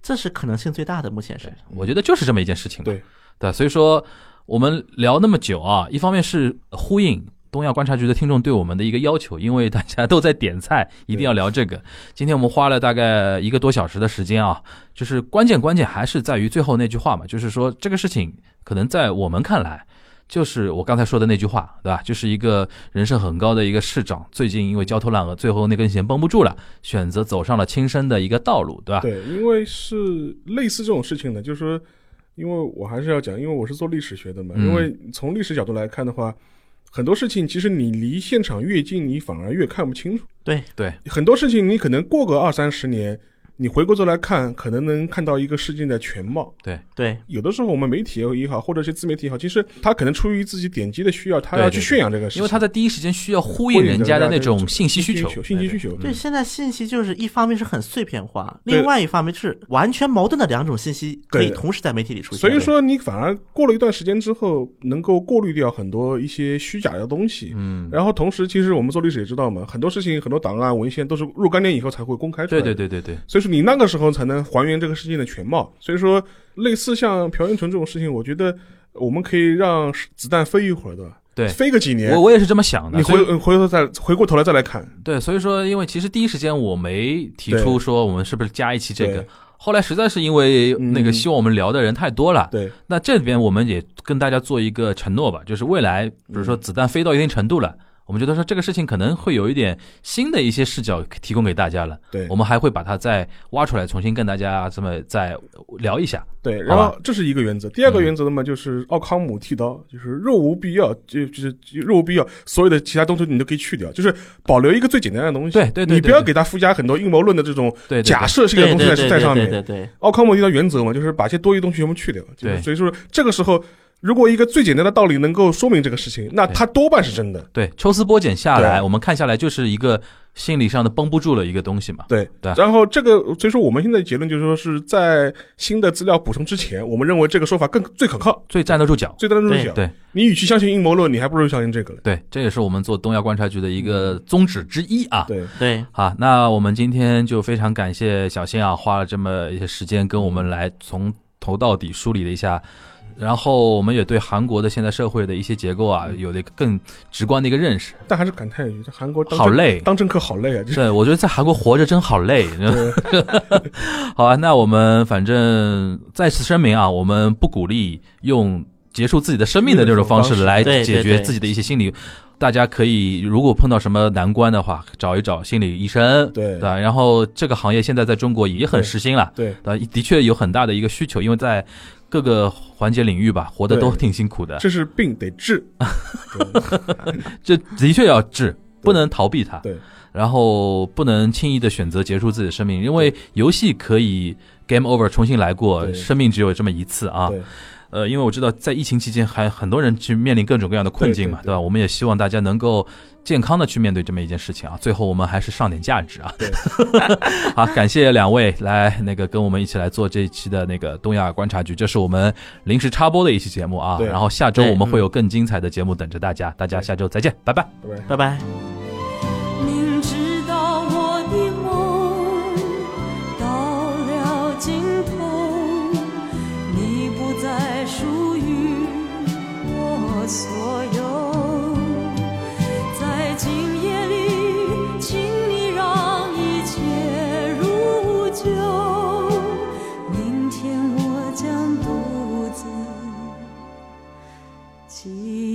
这是可能性最大的，目前是。我觉得就是这么一件事情。对对，所以说我们聊那么久啊，一方面是呼应。东亚观察局的听众对我们的一个要求，因为大家都在点菜，一定要聊这个。今天我们花了大概一个多小时的时间啊，就是关键关键还是在于最后那句话嘛，就是说这个事情可能在我们看来，就是我刚才说的那句话，对吧？就是一个人设很高的一个市长，最近因为焦头烂额，最后那根弦绷不住了，选择走上了轻生的一个道路，对吧？对，因为是类似这种事情的，就是说，因为我还是要讲，因为我是做历史学的嘛，嗯因为从历史角度来看的话，很多事情其实你离现场越近，你反而越看不清楚。对对，很多事情你可能过个二三十年，你回过头来看，可能能看到一个事件的全貌。对有的时候我们媒体也好，或者是自媒体也好，其实他可能出于自己点击的需要，他对要对去对宣扬这个事情，因为他在第一时间需要呼呼应应人人家家的那的种这信息需需求，信息需求。对，现在信息就是一方面是很碎片化，对另外一方面是完全矛盾的两种信息可以对同时在媒体里出现。所以说，你反而过了一段时间之后，能够过滤掉很多一些虚假的东西。嗯，然后同时，其实我们做历史也知道嘛，很多事情、很多档案、文献都是若干年以后才会公开出来对的。对对对对，所以说你那个时候才能还原这个事件的全貌。所以说，类似像朴元淳这种事情，我觉得我们可以让子弹飞一会儿，对吧？对飞个几年我，我也是这么想的。你所回以回头再回过头来再来看，对，所以说，因为其实第一时间我没提出对说我们是不是加一期这个对，后来实在是因为那个嗯希望我们聊的人太多了，对那这边我们也跟大家做一个承诺吧，就是未来比如说子弹飞到一定程度了。我们觉得说这个事情可能会有一点新的一些视角提供给大家了，对我们还会把它再挖出来，重新跟大家这么再聊一下。对。好然吧嗯后这是一个原则，第二个原则的嘛，就是奥康姆剃刀，就是若无必要，就就是若无必要，所有的其他东西你都可以去掉，就是保留一个最简单的东西。对对对对你不要给它附加很多阴谋论的这种对，对对假设性的对东对西对在对在上面对。对对奥康姆提到原则嘛，就是把一些多余东西全部去掉。就是对所以说这个时候，如果一个最简单的道理能够说明这个事情，那它多半是真的。对，抽丝剥茧下对来，我们看下来就是一个心理上的绷不住了一个东西嘛。对，对啊然后这个，所以说我们现在结论就是说是在新的资料补充之前，我们认为这个说法更最可靠、最站得住脚。最单纯对讲。对你与其相信阴谋论，你还不如相信这个了。对，这也是我们做东亚观察局的一个宗旨之一啊。对，对，好，那我们今天就非常感谢小新啊，花了这么一些时间跟我们来从头到底梳理了一下，然后我们也对韩国的现在社会的一些结构啊，有了一个更直观的一个认识。但还是感叹一句，这韩国当好政累，当政客好累啊！ 就是对，我觉得在韩国活着真好累。 好啊，那我们反正再次声明啊，我们不鼓励用结束自己的生命的这种方式来对对解决对自己的一些心理。大家可以，如果碰到什么难关的话，找一找心理医生。对吧然后这个行业现在在中国也很时兴了，对对吧，的确有很大的一个需求，因为在各个环节领域吧，活得都对挺辛苦的，这是病得 治。这的确要治，不能逃避它。对，然后不能轻易的选择结束自己的生命，因为游戏可以 game over 重新来过，对生命只有这么一次 啊。对，呃，因为我知道在疫情期间还很多人去面临各种各样的困境嘛，对对对对吧？我们也希望大家能够健康的去面对这么一件事情啊。最后我们还是上点价值 啊对。好，感谢两位来那个跟我们一起来做这一期的那个东亚观察局，这是我们临时插播的一期节目啊。对嗯然后下周对我们会有更精彩的节目等着大家，大家下周再见，拜拜。拜拜。拜拜。明知道我的梦到了尽头，你不再属于我所有，在今夜里，请你让一切如旧。明天我将独自。寂